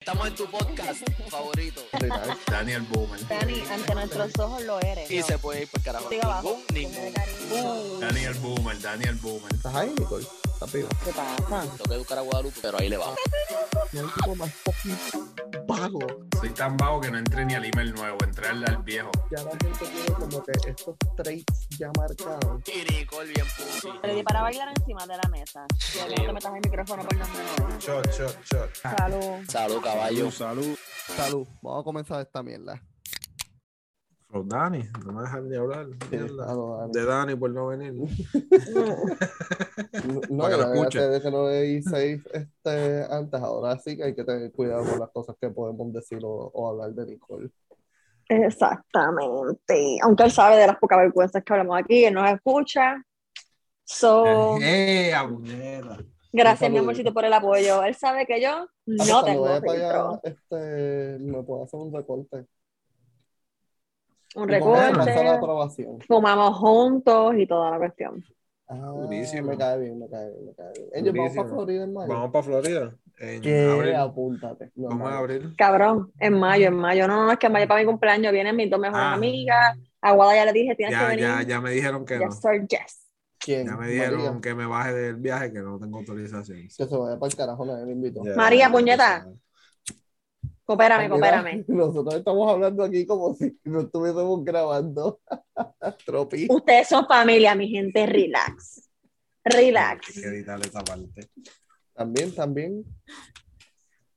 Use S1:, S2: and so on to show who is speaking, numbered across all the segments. S1: Estamos en tu podcast favorito.
S2: Daniel Boomer.
S3: Dani, ante nuestros ojos lo eres.
S1: Y
S3: ¿no?
S1: se puede ir por carajo.
S3: Siga abajo.
S1: Ningún, ningún.
S2: Daniel Boomer, Daniel Boomer.
S4: ¿Estás ahí, Nicole? ¿Estás viva?
S3: ¿Qué pasa?
S1: Tengo que educar a Guadalupe, pero ahí le vamos.
S4: No hay tipo más fucking vago.
S2: Soy tan bajo que no entré ni al email nuevo, entré al, al viejo.
S4: Ya la gente tiene como que estos traits ya marcados.
S1: Y Nicole bien pussy.
S3: Pero di para bailar encima de la mesa. Y no te metas el micrófono por los menos.
S2: Shot, shot, shot.
S3: Salud.
S1: Salud, caballo.
S2: Salud.
S4: Salud, vamos a comenzar esta mierda.
S2: Pero Oh, Dani, no me dejan ni hablar. mierda.
S4: Salud, Dani.
S2: De Dani por no venir.
S4: No,
S2: Para que lo
S4: la
S2: escuche.
S4: verdad es que no veis safe este, antes, ahora sí que hay que tener cuidado con las cosas que podemos decir o, o hablar de Nicole.
S3: Exactamente. Aunque él sabe de las pocas vergüenzas que hablamos aquí, él nos escucha. So,
S2: ¡Eh, abuela!
S3: gracias,
S4: saludo.
S3: mi amorcito, por el apoyo. Él sabe que yo no
S4: Cuando
S3: tengo
S4: vaya eh, para allá,
S3: filtro.
S4: este, me puedo hacer un recorte.
S3: Un
S4: Vamos a la
S3: recorte,
S4: aprobación.
S3: fumamos juntos y toda la cuestión.
S4: Ah,
S2: Durísimo.
S4: me cae bien, me cae bien, me cae bien. Ellos vamos
S2: Durísimo.
S4: para Florida en mayo.
S2: Vamos para Florida. En
S4: ¿Qué?
S2: abril.
S4: Apúntate. No,
S2: Vamos a
S4: mayo.
S2: abril.
S3: Cabrón, en mayo, en mayo. No, no, no, es que en mayo para mi cumpleaños vienen mis dos mejores
S2: Ah.
S3: amigas. A Guada ya le dije, tienes que
S2: Ya,
S3: venir.
S2: ya, ya me dijeron que no.
S3: Yes, sir, yes.
S4: ¿Quién?
S2: Ya me dijeron
S4: María.
S2: que me baje del viaje, que no tengo autorización.
S4: Que se vaya para el carajo, nadie me invitó.
S2: Ya,
S3: María,
S2: ya,
S3: puñeta.
S2: ya.
S3: Coopérame,
S4: Mira,
S3: coopérame.
S4: Nosotros estamos hablando aquí como si no estuviésemos grabando. Tropi.
S3: Ustedes son familia, mi gente, relax. Relax.
S2: Hay que editar esa parte.
S4: También, también.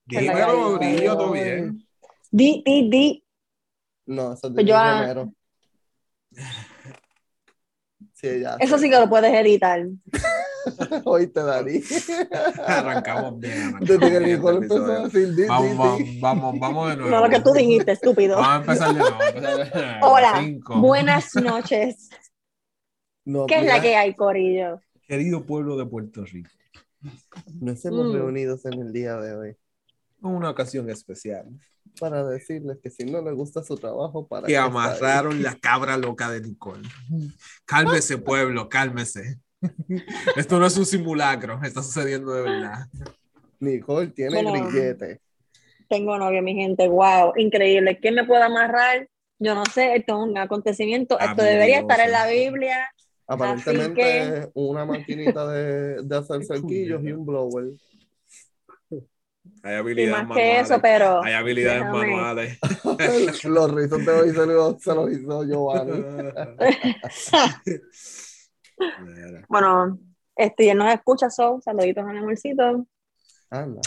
S2: Dímelo,
S3: Ay, ay,
S2: Brillo, todo
S4: ay.
S2: bien.
S3: Di, di, di.
S4: No, eso es de
S3: Pues yo
S4: Luis
S3: a-
S4: Romero. Sí, ya.
S3: Eso sí que lo puedes editar.
S4: Hoy te daría.
S2: Arrancamos bien. arrancamos
S4: Desde que
S2: bien este
S4: Nicole empezó
S2: episodio.
S4: a decir di, di,
S2: Vamos,
S4: di.
S2: vamos, vamos, vamos de nuevo.
S3: No lo que tú dijiste, estúpido.
S2: Vamos a empezar de nuevo. vamos a empezar de nuevo.
S3: Hola,
S2: Cinco.
S3: buenas noches.
S4: No,
S3: ¿Qué es la
S4: mira,
S3: que hay, Corillo?
S2: Querido pueblo de Puerto Rico,
S4: Nos hemos
S3: Mm.
S4: reunido en el día de hoy
S2: una ocasión especial.
S4: para decirles que si no les gusta su trabajo, para
S2: Que
S4: qué está ahí.
S2: amarraron la cabra loca de Nicole. Cálmese,
S3: Ah.
S2: pueblo, cálmese. Esto no es un simulacro, está sucediendo de verdad.
S4: Nicole tiene
S3: Bueno.
S4: grillete.
S3: Tengo novio, mi gente. Wow, increíble. ¿Quién me puede amarrar? Yo no sé, esto es un acontecimiento. Esto
S2: Amigo,
S3: debería estar en la
S2: sí.
S3: Biblia.
S4: Aparentemente
S3: que-
S4: una maquinita de, de hacer cerquillos y un blower.
S2: Hay
S3: Y
S2: habilidades
S3: más que eso, pero
S2: Hay habilidades
S3: déjame.
S2: manuales.
S4: los rizos de hoy se los, se los hizo Giovanni.
S2: Mira.
S3: bueno, este, él nos escucha, son saluditos a mi amorcito.
S4: Anda.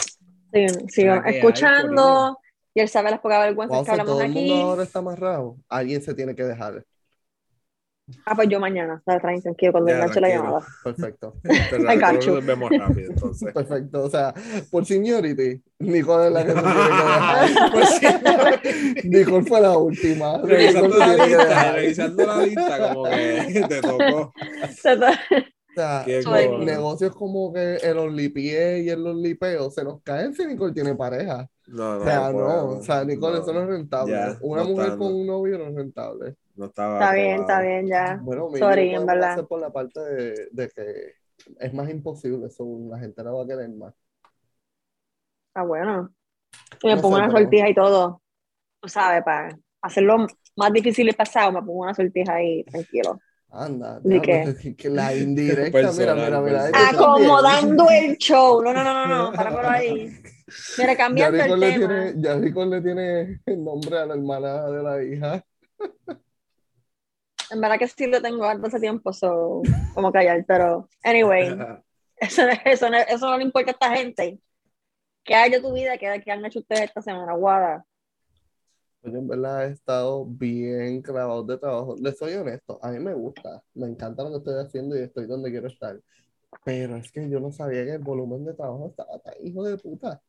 S3: Sigan,
S2: sea,
S3: sigan
S2: que hay,
S3: escuchando. y él sabe las pocas vergüenzas
S4: Wow,
S3: que
S4: si todo
S3: hablamos
S4: el mundo
S3: aquí.
S4: ahora está amarrado. Alguien se tiene que dejar.
S3: Ah, pues yo mañana. Está tranqui- tranquilo cuando
S2: Ya,
S3: enganche la
S2: tranquilo.
S3: llamada.
S4: Perfecto.
S2: Pero
S3: I got you.
S2: nosotros nos vemos rápido, entonces.
S4: Perfecto. O sea, por seniority, Nicole es la que se tiene
S2: Por cierto,
S4: que dejar. Nicole fue la última. Nicole se
S2: revisando la
S4: tiene que
S2: lista,
S4: dejar.
S2: revisando la lista, como que te tocó.
S4: O sea,
S2: Qué
S4: los
S3: cool.
S4: negocios como que el OnlyPie y el OnlyPeo se nos caen si Nicole tiene pareja.
S2: No, no,
S4: O sea,
S2: puedo,
S4: Ah, no, o sea, Nicole, eso no es rentable.
S2: Ya,
S4: Una
S2: no
S4: mujer
S2: está,
S4: con
S2: no.
S4: un novio no es rentable.
S2: no estaba
S3: Está bien, está
S2: aprobado.
S3: bien, ya.
S4: Bueno, mira,
S3: Sorry, en
S4: podemos
S3: verdad.
S4: hacer por la parte de, de que es más imposible, eso la gente no va a querer más.
S3: Está Ah, bueno. Y me
S4: No
S3: pongo
S4: sé,
S3: una
S4: pero-
S3: sortija y todo. Tú sabes, para hacerlo más difícil el pasado, me pongo una sortija ahí, tranquilo.
S4: Anda,
S3: ¿De
S4: diablo, que la indirecta,
S2: Personal,
S4: mira, mira, mira.
S2: personal.
S4: este también.
S3: Acomodando el show. No, no, no, no, no. Para por ahí. Mira,
S4: Ya
S3: cambiando el
S4: Nicole, le
S3: tema.
S4: tiene, ya Nicole le tiene el nombre a la hermana de la hija.
S3: En verdad que sí lo tengo harto hace tiempo, so, como callar, pero anyway. Eso, no- eso, no, eso no le importa a esta gente. ¿Qué hay de tu vida? ¿Qué, qué han hecho ustedes esta semana? Guada.
S4: Yo en verdad he estado bien clavado de trabajo. Les soy honesto, a mí me gusta, me encanta lo que estoy haciendo y estoy donde quiero estar. Pero es que yo no sabía que el volumen de trabajo estaba tan hijo de puta.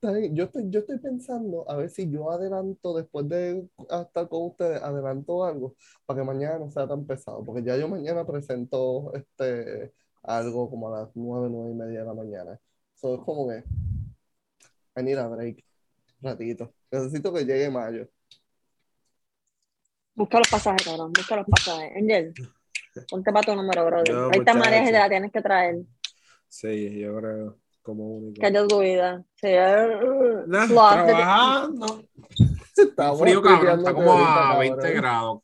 S4: Tan- Yo estoy, yo estoy pensando a ver si yo adelanto después de estar con ustedes, adelanto algo para que mañana no sea tan pesado, porque ya yo mañana presento este, algo como a las nueve, nueve y media de la mañana. So, es como que, I need a break, ratito. Necesito que llegue mayo.
S3: Busca los pasajes, cabrón. Busca los pasajes. Angel, ponte para tu número, brother.
S2: No,
S3: Ahí está
S2: muchacho.
S3: María y la tienes que traer.
S2: Sí, yo creo.
S4: como único.
S3: Cállate tu vida. Sí, eh,
S2: Nah,
S3: lo hace-
S2: trabajando.
S4: Estamos
S2: Frío, cabrón. Está
S4: tripeándote
S2: como a
S4: ahorita,
S2: 20
S4: cabrón.
S2: grados.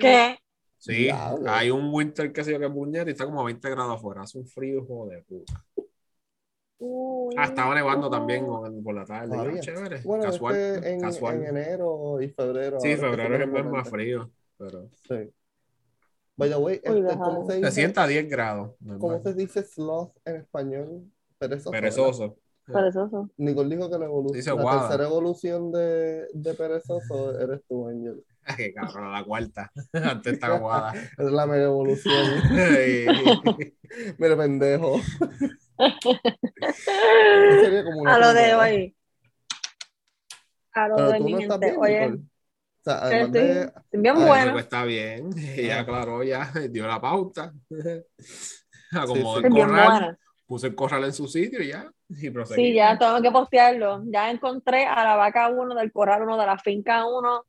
S3: ¿Qué?
S2: Sí,
S4: Diablo.
S2: hay un winter que se yo que puñeta y está como a 20 grados afuera. Hace un frío, hijo de puta.
S3: Uy.
S2: Ah, estaba nevando también con- por la tarde.
S4: Todavía.
S2: Ah, chévere.
S4: Bueno,
S2: casual.
S4: es que en,
S2: casual.
S4: en enero y febrero.
S2: sí,
S4: ahora que
S2: febrero
S4: son
S2: es el mes
S4: los
S2: más
S4: momentos.
S2: frío. Pero
S4: Sí. By the way, este,
S3: déjame.
S4: ¿cómo, se
S2: se
S4: dice,
S2: sienta a 10 grados. normal.
S4: ¿cómo se dice sloth en español? Perezoso. ¿verdad?
S2: Perezoso.
S3: Perezoso.
S4: Nicole dijo que la, evolu-
S2: Dice
S4: la
S2: guada.
S4: tercera evolución de, de perezoso eres tú, Ángel.
S2: Ay, cabrón, la cuarta. Antes está guada.
S4: Es la mega evolución.
S2: Ay.
S4: Mira, pendejo. Sería como una
S3: A lo de
S4: tontería.
S3: hoy. A lo
S4: Pero
S3: de
S4: tú
S3: mi
S4: no estás
S3: gente.
S4: bien,
S3: Oye,
S4: Nicole. O sea, además
S3: estoy
S4: de...
S3: estoy bien
S2: Ay, pues,
S3: buena.
S2: Nico está bien. Ya aclaró, ya dio la pauta. Acomodó
S4: sí.
S3: Estoy
S2: el
S3: bien
S2: corral,
S3: buena.
S2: puso el corral en su sitio y ya. Y proseguí.
S3: Sí, ya tengo que postearlo. Ya encontré a la vaca 1 del corral 1 de la finca 1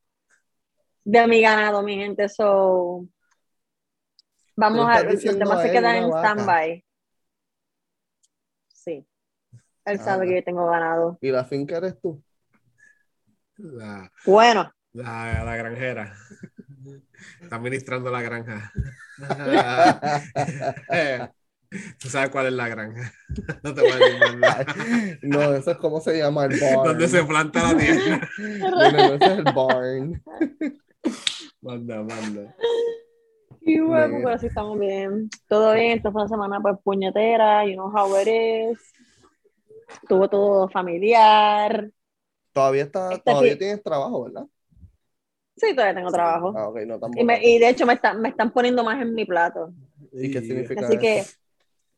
S3: de mi ganado, mi gente. So, vamos
S4: Pero
S3: a
S4: estás
S3: los
S4: diciendo
S3: demás
S4: a
S3: se
S4: él
S3: quedan en
S4: una vaca.
S3: stand-by. Sí. Él sabe
S4: Ah.
S3: que yo tengo ganado.
S4: Y la finca eres tú.
S2: La,
S3: Bueno,
S2: la- la granjera. Está administrando la granja. Tú sabes cuál es la granja. No te voy a decir más nada.
S4: no, eso es como se llama el barn.
S2: ¿Dónde se planta la tierra?
S4: No, no, no, ese es el barn.
S2: Manda, manda.
S3: y bueno,
S4: Bien.
S3: pues así estamos bien. Todo bien, esta fue una semana pues puñetera, you know how it is. Tuvo todo familiar.
S4: Todavía, está,
S3: Está
S4: todavía
S3: aquí.
S4: tienes trabajo, ¿verdad?
S3: Sí, todavía tengo trabajo.
S4: Ah, ok, no tampoco.
S3: Y, me- y de hecho me, está- me están poniendo más en mi plato.
S4: ¿Y qué significa
S3: Así
S4: eso?
S3: que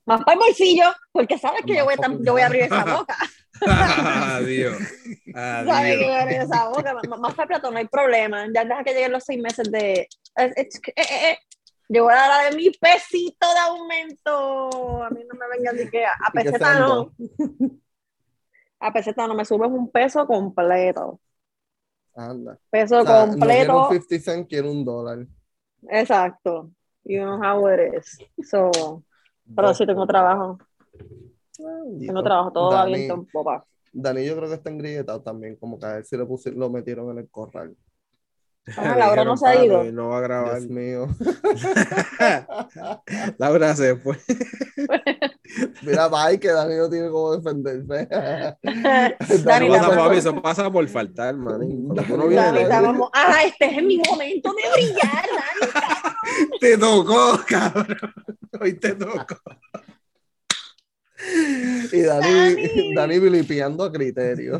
S3: más para el bolsillo, porque sabes que yo voy, a, tam- yo voy a abrir esa boca.
S2: Adiós.
S3: Sabes que
S2: Adiós.
S3: voy a abrir esa boca. Más- Más para el plato no hay problema. Ya deja que lleguen los seis meses de... es- es- eh, eh, eh. Yo voy a dar de mi pesito de aumento. A mí no me vengan de que a, a
S4: ¿Y qué
S3: peseta no.
S4: saldo?
S3: A peseta no, me subes un peso completo.
S4: Anda.
S3: Peso
S4: O sea, no
S3: completo.
S4: quiero un 50 cent, quiero un dólar.
S3: Exacto. You know how it is. So, pero sí tengo trabajo. Tengo trabajo todo va bien
S4: Dani,
S3: en popa.
S4: Dani, yo creo que está engrillado también, como que a ver si lo, pusieron, lo metieron en el corral.
S3: Ah, Laura no se ha
S2: Dijeron,
S3: ido.
S2: "Papi, No va a grabar.
S4: Dios mío.
S2: Laura se fue.
S4: Mira, bye, que Dani no tiene cómo defenderse.
S3: Dani,
S4: Dani,
S2: Eso
S3: la
S2: pasa,
S4: Laura-
S2: papi, eso pasa por faltar, manín. Cuando tú
S4: Dani,
S2: no vienes, ¿eh?
S3: Dani,
S4: Dani.
S3: la vamos- Ah, este es mi momento de brillar, Dani.
S2: te tocó, cabrón. Hoy te tocó.
S4: y
S3: Dani.
S4: Dani, Dani vilipiando a criterio.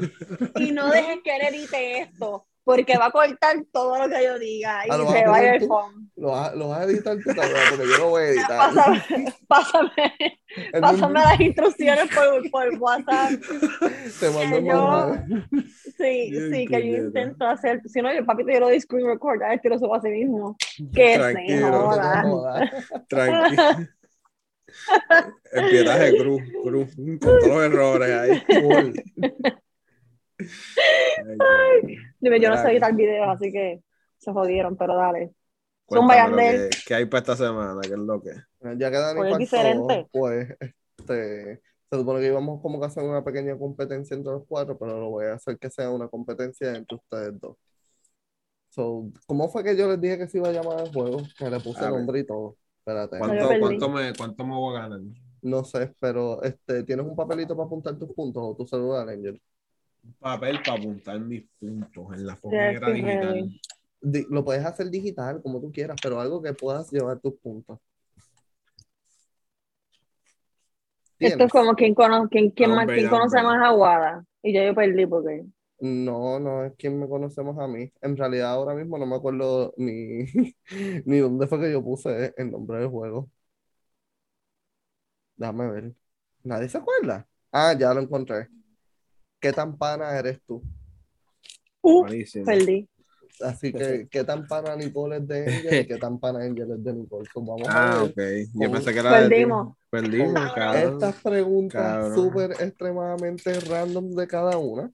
S3: Y no dejes que edite esto, porque va a cortar todo lo que yo diga y
S4: Ah, lo
S3: se
S4: vas a
S3: va a ir
S4: poner
S3: el
S4: tú.
S3: phone.
S4: Lo vas, lo vas a editar tú también, porque yo lo voy a editar.
S3: Pásame, pásame,
S4: Él me-
S3: pásame las instrucciones por, por WhatsApp.
S4: te mando
S3: que
S4: el
S3: yo-
S4: manual.
S3: Sí,
S2: Bien,
S3: sí, que yo
S2: puñeta.
S3: intento hacer. Si no, yo, papito, yo lo doy screen record, a este lo subo a sí mismo. Que se
S2: Tranquilo.
S3: joda.
S4: Joda.
S2: Tranquilo. El pietaje cruz, cruz, con todos los errores ahí.
S4: Cool.
S3: Dime, yo no sé
S2: Claro.
S3: editar videos, así que se jodieron, pero dale.
S2: Cuéntame
S3: Zumba,
S2: lo
S3: Yandel.
S2: que, que hay para esta semana, que es lo que.
S4: Bueno, Ya que Dani
S3: Pues es
S4: faltó,
S3: diferente.
S4: pues este, se supone que íbamos como que a hacer una pequeña competencia entre los cuatro, pero lo voy a hacer que sea una competencia entre ustedes dos. So, ¿cómo fue que yo les dije que se iba a llamar el juego? Que le puse
S2: A ver.
S4: nombre y todo. Espérate.
S3: ¿Cuál?
S2: ¿Cuánto,
S3: perdí.
S2: cuánto, me, ¿Cuánto me voy a ganar?
S4: No sé, pero este, ¿tienes un papelito para apuntar tus puntos o tu celular, Angel?
S2: Papel para apuntar mis puntos en la
S3: Ya
S2: foguera
S3: estoy
S2: digital.
S3: ready.
S4: Di- lo puedes hacer digital, como tú quieras, pero algo que puedas llevar tus puntos.
S3: Esto es
S4: ¿Tienes?
S3: como quien, cono- quien, quien
S2: Hombre,
S3: más- quien
S2: hombre.
S3: conoce más aguada. Y yo, yo perdí porque.
S4: No, no es quien me conocemos a mí. En realidad ahora mismo no me acuerdo ni, ni dónde fue que yo puse el nombre del juego. Déjame ver. ¿Nadie se acuerda? Ah, ya lo encontré. ¿Qué tan pana eres tú?
S3: Uh,
S2: Buenísimo.
S3: perdí.
S4: Así que, ¿qué tan pana Nicole es de Angel y qué tan pana Angel es de Nicole? So, vamos a
S2: Ah,
S4: ver
S2: ok. Yo
S4: ¿Cómo?
S2: pensé que era de ti.
S3: Perdimos.
S2: Perdimos, cabrón.
S4: estas preguntas
S2: Cabrón.
S4: súper extremadamente random de cada una.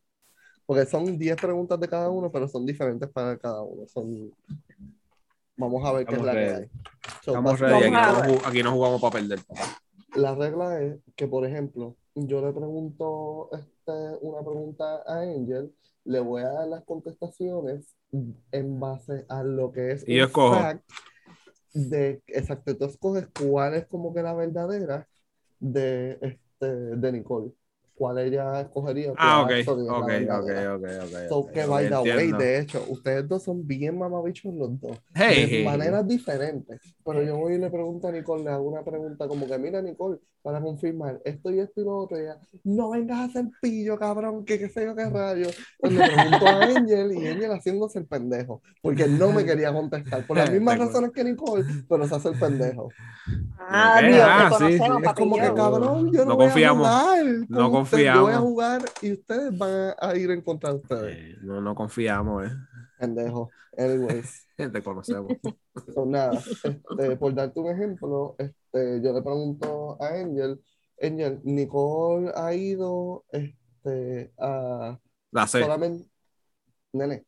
S4: Porque son 10 preguntas de cada uno, pero son diferentes para cada uno. Son... Vamos a ver qué es
S2: Estamos
S4: la que
S2: ready.
S4: hay. So,
S2: Estamos
S4: básicamente,
S2: ready. Aquí
S3: Vamos a
S2: no, ju- aquí no jugamos para perder.
S4: La regla es que, por ejemplo, yo le pregunto este, una pregunta a Angel, le voy a dar las contestaciones en base a lo que es
S2: Y yo
S4: un
S2: escojo.
S4: fact de, exacto, tú escoges cuál es como que la verdadera de, este, de Nicole, cuál ella escogería.
S2: Ah,
S4: cuál sería
S2: ok,
S4: la
S2: ok, ok,
S4: verdadera.
S2: ok, ok.
S4: So
S2: ok,
S4: que,
S2: ok,
S4: by the way,
S2: entiendo.
S4: de hecho, ustedes dos son bien mamabichos los dos
S2: Hey,
S4: de
S2: hey.
S4: maneras diferentes. Pero yo voy y le pregunto a Nicole, le hago una pregunta como que, mira, Nicole, para confirmar esto y esto y lo otro, y ella, no vengas a hacer pillo, cabrón, que qué sé yo qué radio. Le pregunto a Angel y Angel haciéndose el pendejo, porque no me quería contestar, por las mismas
S2: Te acuerdo.
S4: razones que Nicole, pero se hace el pendejo.
S3: Ah,
S2: Ok,
S3: Dios, te
S2: ah, sí,
S3: conocemos,
S2: sí.
S4: Es como que,
S3: papillo.
S4: cabrón, yo no,
S2: No
S4: voy
S2: confiamos.
S4: a jugar.
S2: No
S4: con ustedes, Yo voy a
S2: confiamos.
S4: jugar y ustedes van a ir en contra de ustedes.
S2: Eh, No, no confiamos, eh.
S4: Pendejo. Anyways.
S2: Te conocemos.
S4: So, nada, este, por darte un ejemplo, este, yo le pregunto a Angel, Angel, Nicole ha ido este, a
S2: La sé.
S4: solamente... Nene,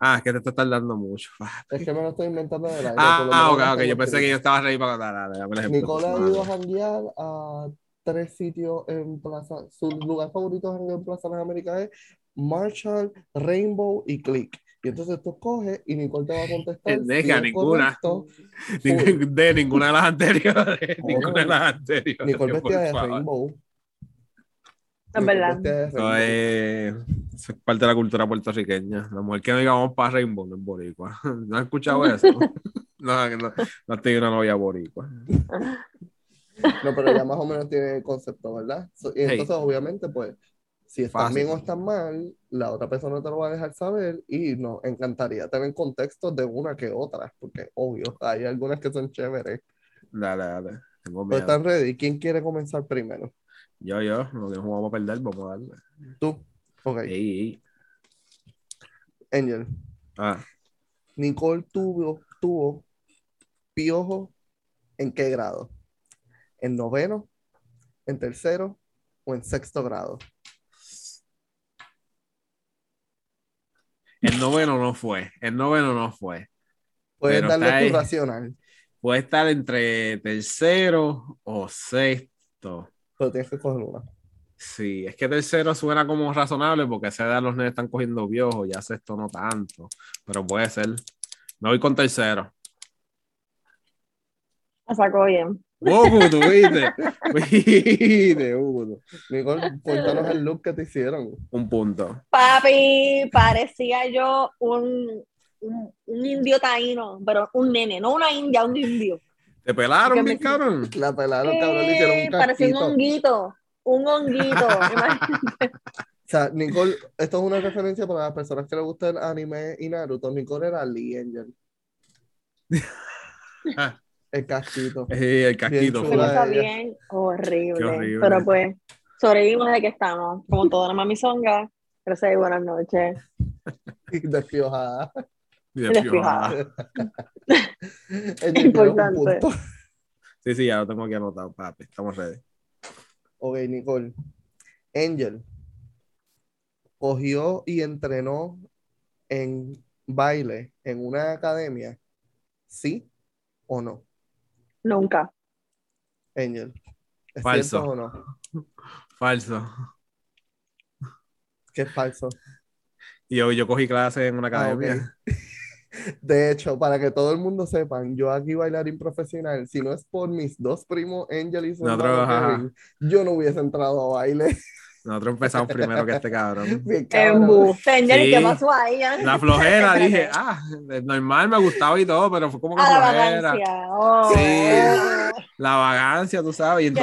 S2: Ah, es que te está tardando mucho. Ah,
S4: es que me lo estoy inventando de la
S2: Ah, ah, ok, ok. Yo pensé que yo estaba ready para contar. Ah,
S4: Nicole ha ido a janguear a tres sitios en Plaza... Su lugar favorito de jangueo en Plaza de las Américas es Marshall, Rainbow y Click. Y entonces tú coges y Nicole te va a contestar
S2: Pendeja,
S4: si es
S2: ninguna.
S4: correcto.
S2: De ninguna de las anteriores.
S4: Joder.
S2: Ninguna de las anteriores.
S4: Nicole
S2: por
S4: vestida de
S2: favor.
S4: Rainbow.
S3: Es verdad.
S4: Vestida de
S2: Eso
S4: Rainbow.
S2: es, eso es parte de la cultura puertorriqueña. La mujer que no digamos para Rainbow no es boricua. ¿No has escuchado eso? no, no, no has tenido una novia boricua.
S4: No, pero ya más o menos tiene el concepto, ¿verdad? So- y
S2: Hey.
S4: entonces, obviamente, pues, si estás
S2: Fácil.
S4: bien o estás mal, la otra persona te lo va a dejar saber y nos encantaría tener contextos de una que otra, porque obvio, hay algunas que son chéveres.
S2: Dale, dale.
S4: Pero
S2: Tengo miedo.
S4: están ready. ¿Quién quiere comenzar primero?
S2: Yo, yo, no que nos vamos a perder, vamos a darle.
S4: Tú. Ok,
S2: Ey, ey.
S4: Angel.
S2: Ah,
S4: Nicole tuvo, tuvo piojo en qué grado? ¿En noveno? ¿En tercero? ¿O en sexto grado?
S2: el noveno no fue. El noveno no fue.
S4: Puedes
S2: Pero está
S4: darle
S2: ahí.
S4: tu racional,
S2: Puede estar entre tercero o sexto.
S4: pero tienes que coger una.
S2: Sí, es que tercero suena como razonable porque a esa edad los nenes están cogiendo viejos, ya sexto no tanto, pero puede ser. Me voy con tercero.
S3: La sacó bien.
S2: Hugo, tú viste. Viste, Hugo.
S4: Nicole, cuéntanos el look que te hicieron.
S2: Un punto.
S3: Papi, parecía yo un, un, un indio taíno, pero un nene, no una india, un indio.
S2: ¿Te pelaron,
S3: Que
S2: mi
S3: me-
S2: cabrón?
S4: La pelaron, cabrón, le hicieron
S3: Eh,
S4: un
S3: parecía un
S4: casquito.
S3: honguito, un honguito.
S4: O sea, Nicole, esto es una referencia para las personas que les gusta el anime y Naruto. Nicole era Lee Angel. El casquito.
S2: Sí, el casquito.
S4: Bien
S3: Se
S4: chula. eh.
S2: fue.
S3: puso
S4: ella.
S3: bien horrible.
S2: Qué horrible.
S3: Pero pues, sobrevivimos de que estamos, como toda la mamizonga. Gracias y buenas noches.
S4: Y despiojada.
S2: Y
S3: despijada. Ah.
S2: despijada.
S4: Angel, quiero un
S3: Importante.
S4: punto.
S2: Sí, sí, ya lo tengo aquí anotado, papi. Estamos ready.
S4: Ok, Nicole. Angel cogió y entrenó en baile en una academia. ¿Sí o no?
S3: Nunca.
S4: Angel. ¿Es
S2: Falso.
S4: cierto o no?
S2: Falso.
S4: Que es falso.
S2: Y yo, yo cogí clases en
S4: Ah,
S2: una
S4: ok.
S2: academia.
S4: De hecho, para que todo el mundo sepan, yo aquí bailarín profesional, si no es por mis dos primos, Angel y su
S2: No
S4: hermano
S2: trabaja.
S4: Kevin, yo no hubiese entrado a baile.
S2: Nosotros empezamos primero que este cabrón.
S4: Bien, cabrón.
S3: Embuste. Angeli,
S2: Sí.
S3: ¿qué pasó ahí? eh?
S2: La flojera, dije, ah, es normal, me gustaba y todo, pero fue como que
S3: A la
S2: flojera.
S3: vagancia. Oh.
S2: Sí. La vagancia, tú sabes. Y
S3: este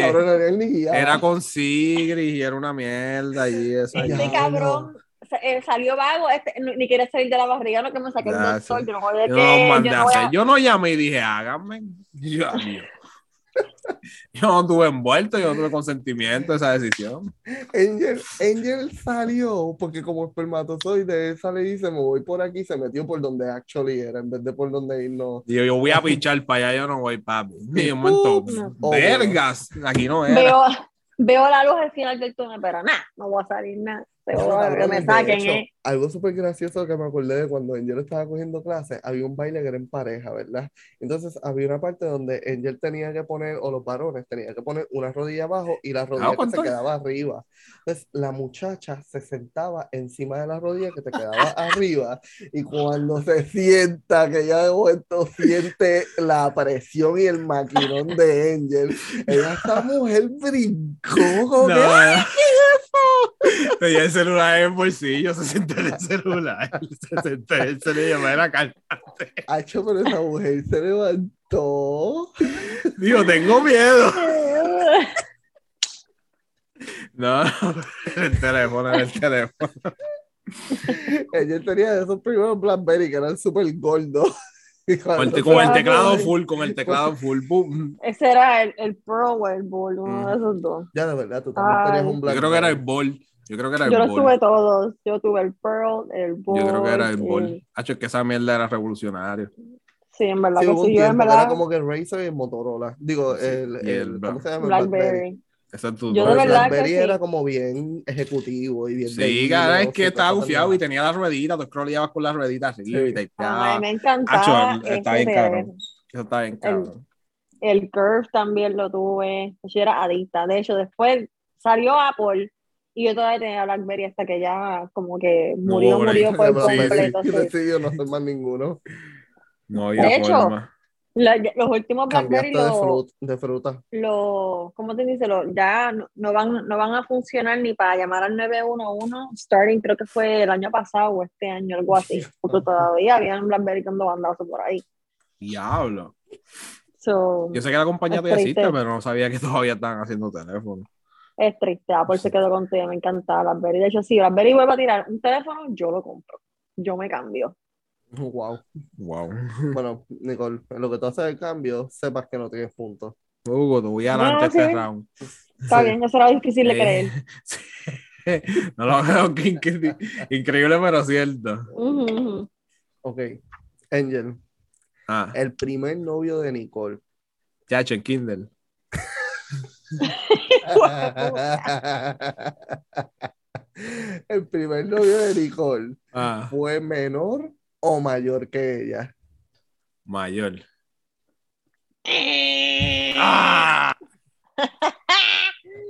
S2: entonces
S4: Cabrón, Ariel ni guiaba.
S2: era con Sigrid y era una mierda y eso.
S4: Ay,
S3: Este
S4: diablo.
S2: Y
S3: cabrón sa- eh, salió vago, este, ni ni quiere salir de la barriga, no que me saque el
S2: Ya,
S3: doctor,
S2: sí.
S3: yo no joder
S2: yo
S3: que
S2: no lo mandé
S3: yo
S2: a
S3: no voy
S2: hacer.
S3: a-
S2: Yo no llamé y dije, háganme. Y Yo, adiós. Yo no tuve envuelto, yo no tuve consentimiento de esa decisión.
S4: Angel, Angel salió porque como espermatozoide él sale y dice, me voy por aquí, se metió por donde actually era, en vez de por donde ir, no.
S2: Digo, yo voy a pichar para allá, yo no voy, papi. Y
S4: Uh,
S2: un momento,
S3: No.
S2: vergas, aquí no era.
S3: veo, veo la luz al final del túnel, pero nada, no voy a salir nada. seguro que me saquen,
S4: De hecho,
S3: ¿eh?
S4: Algo súper gracioso que me acordé de cuando Angel estaba cogiendo clases, había un baile que era en pareja, ¿verdad? Entonces había una parte donde Angel tenía que poner, o los varones, tenía que poner una rodilla abajo y la rodilla que se
S2: ¿cuánto es?
S4: quedaba arriba. Entonces la muchacha se sentaba encima de la rodilla que te quedaba arriba y cuando se sienta, que ya de momento siente la presión y el maquinón de Angel, ella, esa mujer brincó como que,
S2: No. Tenía el celular en el bolsillo, se sentó en el celular, se sentó en el celular y llamó a la cara.
S4: Hacho, pero esa mujer se levantó.
S2: Digo, tengo miedo. No, el teléfono, el teléfono.
S4: Ella tenía de esos primeros Blackberry que eran súper gordos. Y cuando
S2: Con,
S4: se
S2: con el
S4: levantó,
S2: teclado full, con el teclado full. boom.
S3: Ese era el, el Pro o el Bull, uno
S2: Mm.
S3: de esos dos.
S4: Ya, de verdad, tú también
S3: Ay.
S4: tenías un
S2: Yo
S4: Blackberry.
S2: creo que era el ball. Yo creo que era el
S3: Yo los tuve
S2: ball.
S3: todos. Yo tuve el Pearl, el Bull.
S2: Yo creo que era el
S3: y-
S2: ball. Hacho, es que esa mierda era revolucionaria.
S3: Sí, en verdad
S4: Sí,
S3: que
S4: hubo un
S3: sí. Yo en
S4: tiempo que
S3: verdad,
S4: era como que el Razer y el Motorola. Digo,
S2: Sí,
S4: el,
S2: y el
S4: el- ¿cómo
S2: Black-
S4: se llama? El
S3: Blackberry.
S2: Esa es tu.
S3: Yo
S4: Pero
S3: de
S4: el
S3: verdad que
S4: Blackberry
S3: sí.
S4: era como bien ejecutivo y bien.
S2: Sí,
S4: de
S2: cara, es
S4: niños
S2: que
S4: y
S2: estaba
S4: cosas
S2: bufiado
S4: así.
S2: y tenía la ruedita, tú scrolleabas con la ruedita así
S4: Sí.
S2: y te
S3: Ay, me
S2: Ah,
S3: encantaba.
S2: chulo, está
S3: ese
S2: bien cabrón.
S3: teléfono.
S2: Eso está bien, cabrón.
S3: El Curve también lo tuve. Yo era adicta. De hecho, después salió Apple y yo todavía tenía BlackBerry hasta que ya como que murió,
S2: Pobre.
S3: murió por
S2: Sí, sí.
S3: completo. sí.
S4: Sí, yo no sé más ninguno.
S2: No
S3: De
S2: había
S3: hecho,
S2: forma.
S3: La- ya- los últimos BlackBerry
S4: Cambiaste de,
S3: lo,
S4: frut- de fruta.
S3: lo, ¿cómo te dice? Lo, ya no, no van, no van a funcionar ni para llamar al 911, starting creo que fue el año pasado o este año, algo así, porque todavía habían BlackBerry dando bandazos por ahí.
S2: Diablo.
S3: So,
S2: Yo sé que la compañía
S3: Es
S2: todavía existe,
S3: triste.
S2: pero no sabía que todavía estaban haciendo teléfono.
S3: es triste, Apple se quedó contigo, me encantaba BlackBerry. De hecho, si BlackBerry vuelve a tirar un teléfono, yo lo compro, yo me cambio.
S4: Wow.
S2: Wow.
S4: Bueno, Nicole, en lo que tú haces el cambio, sepas que no tienes puntos.
S2: Hugo, te voy adelante
S3: No,
S2: este
S3: sí.
S2: round.
S3: Está
S4: Sí.
S3: bien, eso era difícil de creer.
S2: Eh, sí. No lo veo que incre- increíble, pero cierto.
S3: Ujú, ujú.
S4: Ok. Angel,
S2: Ah,
S4: el primer novio de Nicole.
S2: chacho, en Kindle.
S4: El primer novio de Nicole
S2: Ah,
S4: fue menor o mayor que ella.
S2: mayor. Ah,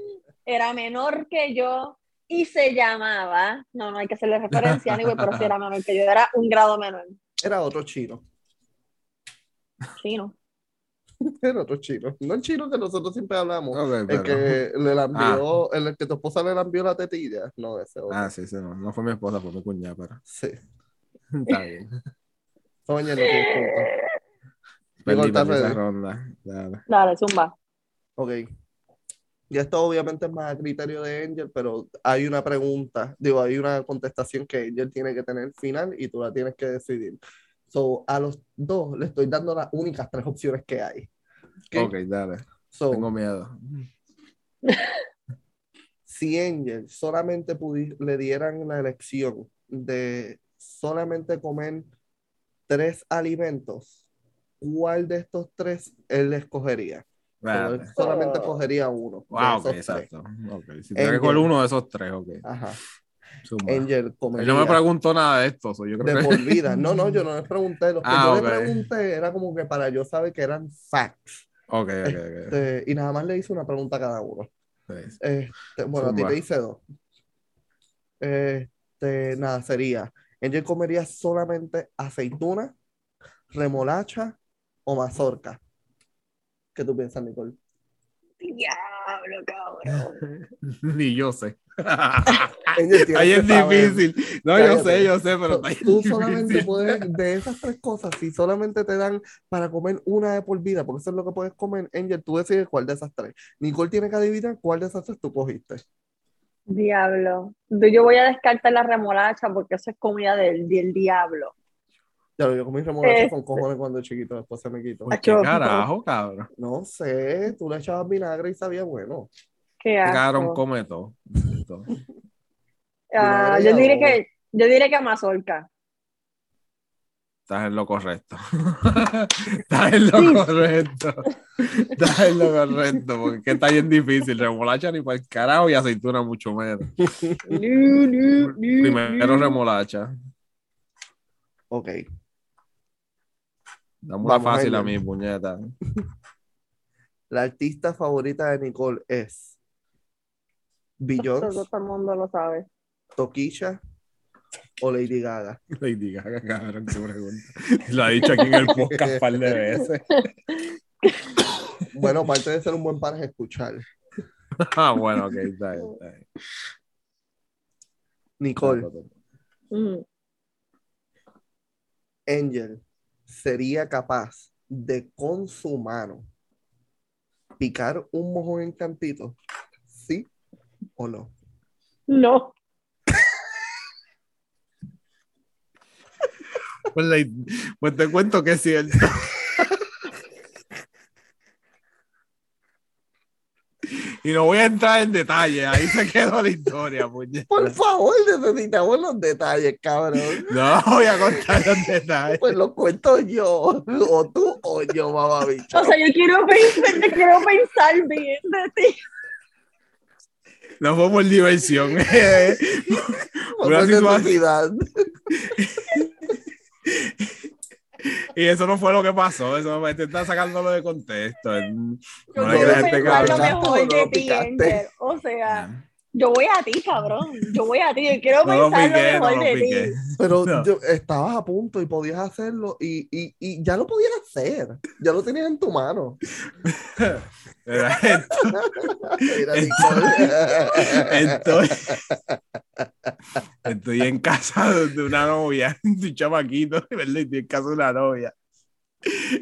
S3: era menor que yo y se llamaba, no, no hay que hacerle referencia, anyway, pero sí era menor que yo, era un grado menor,
S4: Era otro chino.
S3: chino.
S4: Era otro chino. No el chino que nosotros siempre hablamos.
S2: ok,
S4: El
S2: pero-
S4: que le lambió, el que tu esposa le lambió la tetilla. No, ese otro.
S2: Ah, sí, sí, no. No fue mi esposa, fue mi cuñada, pero.
S4: Sí.
S2: Está bien.
S4: Sonia no tiene punto.
S2: Perdí,
S4: estás
S2: perdí esa
S4: ready.
S2: ronda. Dale.
S3: Dale, zumba.
S4: Ok. Y esto obviamente es más a criterio de Angel, pero hay una pregunta, digo, hay una contestación que Angel tiene que tener final y tú la tienes que decidir. So, a los dos le estoy dando las únicas tres opciones que hay. Ok.
S2: Ok, dale.
S4: So,
S2: Tengo miedo.
S4: si Angel solamente pudi- le dieran la elección de solamente comer tres alimentos, ¿cuál de estos tres él escogería? So, él
S2: Dale.
S4: solamente escogería uno. de
S2: Wow, ok,
S4: esos tres.
S2: exacto. Okay. Si tengo que
S4: Angel.
S2: coger uno de esos tres, ok.
S4: Ajá.
S2: Zumba.
S4: Angel
S2: Él
S4: comería.
S2: no me preguntó nada de esto, so yo creo
S4: de
S2: que.
S4: por vida. No, no, yo no les pregunté. Los que
S2: Ah,
S4: yo
S2: ok.
S4: le pregunté era como que para yo saber que eran facts.
S2: Ok, ok, ok.
S4: Este, y nada más le hice una pregunta a cada uno.
S2: Nice.
S4: Este, bueno, a ti
S2: Zumba.
S4: te hice dos. Este, nada, sería. Angel comería solamente aceituna, remolacha o mazorca. ¿Qué tú piensas, Nicole?
S3: Diablo, cabrón.
S2: Ni yo sé.
S4: Angel, tienes
S2: Ah, Ahí
S4: que
S2: es
S4: saber.
S2: difícil. No, yo
S4: Cállate.
S2: sé, yo sé, pero
S4: So,
S2: está ahí
S4: tú
S2: difícil.
S4: solamente puedes, de esas tres cosas, si solamente te dan para comer una de por vida, porque eso es lo que puedes comer, Angel, tú decides cuál de esas tres. Nicole tiene que adivinar cuál de esas tres tú cogiste.
S3: Diablo. Yo voy a descartar la remolacha porque eso es comida del, del diablo.
S4: Ya lo yo comí remolacha
S3: Este.
S4: con cojones cuando chiquito, después se me quitó.
S2: Pues, ¿Qué
S3: Acho.
S2: carajo, cabrón?
S4: No sé, tú le echabas vinagre y sabía bueno.
S3: Qué
S2: Este
S3: asco.
S2: cabrón come todo. Todo.
S3: Ah,
S4: Vinagre y
S3: yo diré
S4: adobo.
S3: que yo diré que mazorca.
S2: Estás en lo correcto. Estás en lo correcto. Estás en lo correcto. Porque está bien difícil. Remolacha ni para el carajo y aceituna mucho menos.
S3: Lu, lu, lu,
S2: Primero
S3: lu.
S2: remolacha.
S4: Ok.
S2: Dame una
S4: Vamos,
S2: fácil a
S4: Jaime.
S2: mi puñeta.
S4: La artista favorita de Nicole es Beyoncé,
S3: Todo el mundo lo sabe.
S4: Tokisha o Lady Gaga.
S2: Lady Gaga, cabrón, qué pregunta. Lo ha dicho aquí en el podcast un par de veces.
S4: Bueno, aparte de ser un buen par es escuchar.
S2: Ah, bueno, ok, está bien, está bien.
S4: Nicole,
S3: Mm.
S4: Angel sería capaz de con su mano picar un mojón en cantito, ¿sí o no?
S3: No.
S2: Pues, Lady- pues te cuento que es cierto. Y no voy a entrar en detalle, ahí se quedó la historia, puñe.
S4: Por favor, necesitamos los detalles, cabrón.
S2: No voy a contar los detalles.
S4: Pues los cuento yo, o tú o yo, mamá bicha.
S3: O sea, yo quiero pensar, yo quiero pensar bien de ti.
S2: No fue por diversión. eh.
S4: Por
S2: una
S4: la
S2: situación-
S4: necesidad.
S2: Y eso no fue lo que pasó. Eso me te está sacándolo de contexto.
S3: Yo
S2: No
S4: le
S3: quiero
S4: creas este
S3: pensar lo
S4: cabrón.
S3: mejor de
S4: No,
S3: ti,
S4: picaste.
S3: Angel. O sea, yo voy a ti, cabrón. Yo voy a ti. Yo quiero
S2: No lo
S3: pensar lo
S2: piqué, no
S3: mejor
S2: lo
S3: de
S2: piqué.
S3: ti.
S4: Pero
S2: No.
S4: yo- estabas a punto y podías hacerlo y, y- y ya lo podías hacer. Ya lo tenías en tu mano.
S2: Era esto.
S4: Mira, Nicole.
S2: Estoy, estoy en casa de de una novia, de un chamaquito, ¿verdad? Estoy en casa de una novia.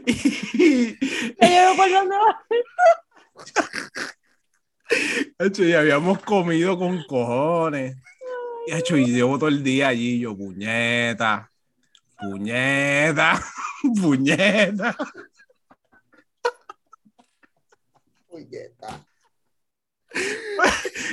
S2: Y,
S3: Yo llevo por donde va.
S2: hecho, y habíamos comido con cojones. Y, hecho, y llevo todo el día allí, yo, puñeta, puñeta, puñeta.
S4: Puñeta.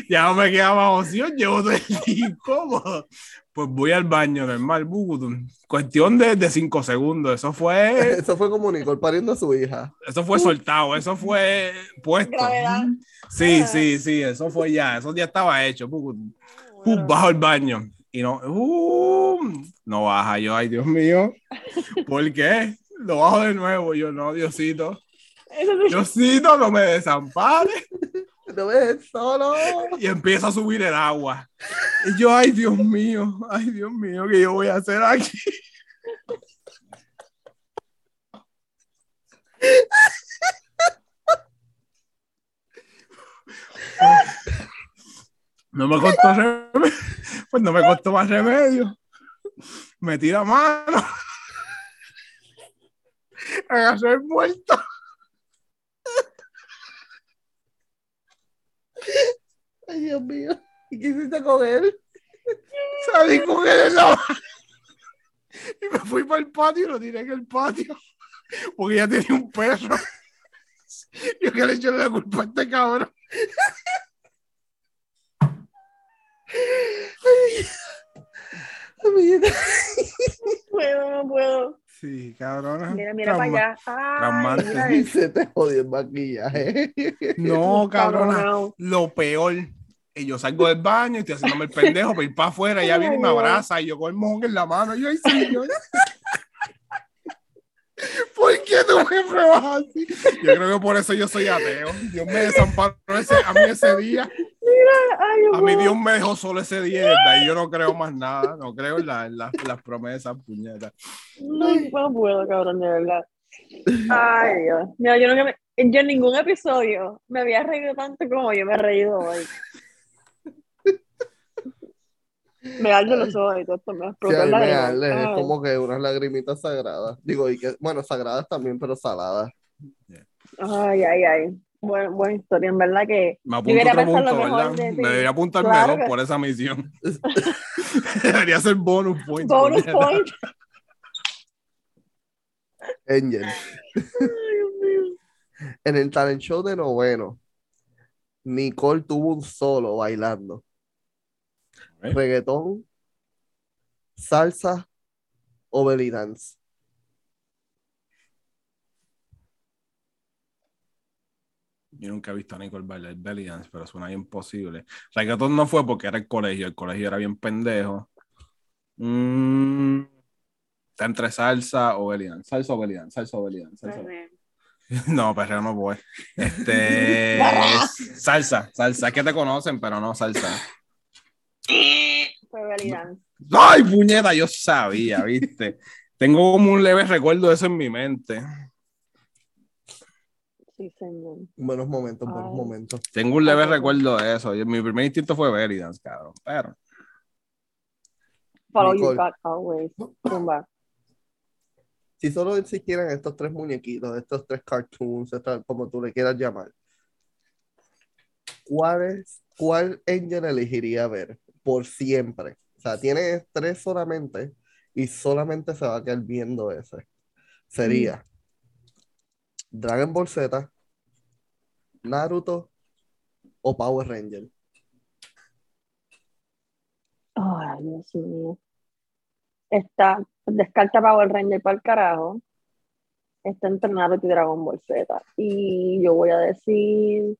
S2: Ya no me quedaba opción, llevo todo el día incómodo. Pues voy al baño, normal, bugutum. Cuestión de, de cinco segundos, eso fue
S4: Eso fue como Nicole pariendo a su hija.
S2: Eso fue soltado, eso fue puesto.
S3: Gravedad.
S2: Sí,
S3: Ah.
S2: sí, sí, eso fue ya, eso ya estaba hecho. Pum, pum, bajo el baño. Y no, um, no baja yo, ay Dios mío. ¿Por qué? Lo bajo de nuevo, yo no, Diosito.
S3: Eso sí.
S2: Diosito, no me desampares.
S4: ¿No ves solo?
S2: Y empieza a subir el agua. Y yo, ay Dios mío, ay Dios mío, ¿qué yo voy a hacer aquí? No me costó remedio. Pues no me costó más remedio. Metí la mano. Agarré el muerto.
S4: Ay, Dios mío. ¿Y qué hiciste con él?
S2: Salí con él en la mano. Y me fui para el patio y lo tiré en el patio. Porque ya tenía un perro. Yo que le eché la culpa a este cabrón.
S4: Puñeta.
S3: No puedo, no puedo.
S2: Sí, cabrón.
S3: Mira, mira para allá. Ay,
S2: traumante.
S3: mira
S4: Y
S3: eso.
S4: se te jodió el maquillaje.
S2: No, cabrona.
S3: Cabronao.
S2: lo peor. Y yo salgo del baño y estoy haciéndome el pendejo para ir para afuera. Ella viene y me abraza y yo con el mojón en la mano. Y yo, ay, señor. ¿Por qué tú me pruebas así? Yo creo que por eso yo soy ateo. Dios me desamparó ese- a mí ese día.
S3: Ay, yo
S2: A mí
S3: puedo.
S2: Dios me dejó solo ese día. y desde ahí yo no creo más nada. No creo en, la- en las- las promesas, puñetas.
S3: No, no puedo, cabrón, de verdad. Ay, Dios. Mira, yo, nunca me- yo en ningún episodio me había reído tanto como yo me he reído hoy. Me arde los ojos y todo esto
S4: Sí,
S3: me explotó
S4: a mí
S3: la
S4: me
S3: garganta.
S4: arde, es
S3: Ay.
S4: como que unas lagrimitas sagradas. Digo, y que, bueno, sagradas también, pero saladas.
S3: Ay, ay, ay. Buen- buena historia, en verdad que.
S2: Me
S3: Yo
S2: apunto
S3: hubiera
S2: otro
S3: pensado
S2: punto,
S3: lo
S2: ¿verdad?
S3: mejor de ti.
S2: Me debería apuntar
S3: Claro
S2: mejor
S3: que-
S2: por esa misión. debería ser bonus point.
S3: Bonus
S2: puñeta.
S3: point.
S4: Angel.
S3: Ay, Dios mío.
S4: En el talent show de noveno, Nicole tuvo un solo bailando.
S2: Ok.
S4: Reggaetón, salsa o belly dance.
S2: Yo nunca he visto a Nicole bailar belly dance, pero suena imposible. Reggaetón no fue porque era el colegio, el colegio era bien pendejo. Mm, está entre salsa o belly dance, salsa o belly dance, salsa o belly dance, salsa o belly
S3: Perreo.
S2: dance. No, perreo no voy. Este, salsa, salsa, es que te conocen, pero no salsa.
S3: Fue belly dance.
S2: ¡Ay, puñeta! Yo sabía, ¿viste? Tengo como un leve recuerdo de eso en mi mente.
S3: Sí, señor.
S4: Buenos momentos, buenos
S3: Ay.
S4: momentos.
S2: Tengo un leve recuerdo de eso. Yo- Mi primer instinto fue belly dance, cabrón. Pero,
S3: Follow
S4: Nicole.
S3: your God always. Zumba.
S4: Si solo existieran estos tres muñequitos, estos tres cartoons, esta- como tú le quieras llamar, ¿cuál, es, ¿cuál Angel elegiría ver por siempre? O sea, tienes tres solamente y solamente se va a quedar viendo ese. Sería Dragon Ball Z, Naruto o Power Ranger.
S3: Ay, Dios mío. Está, descarta Power Ranger para el carajo. Está entre Naruto y Dragon Ball Z. Y yo voy a decir.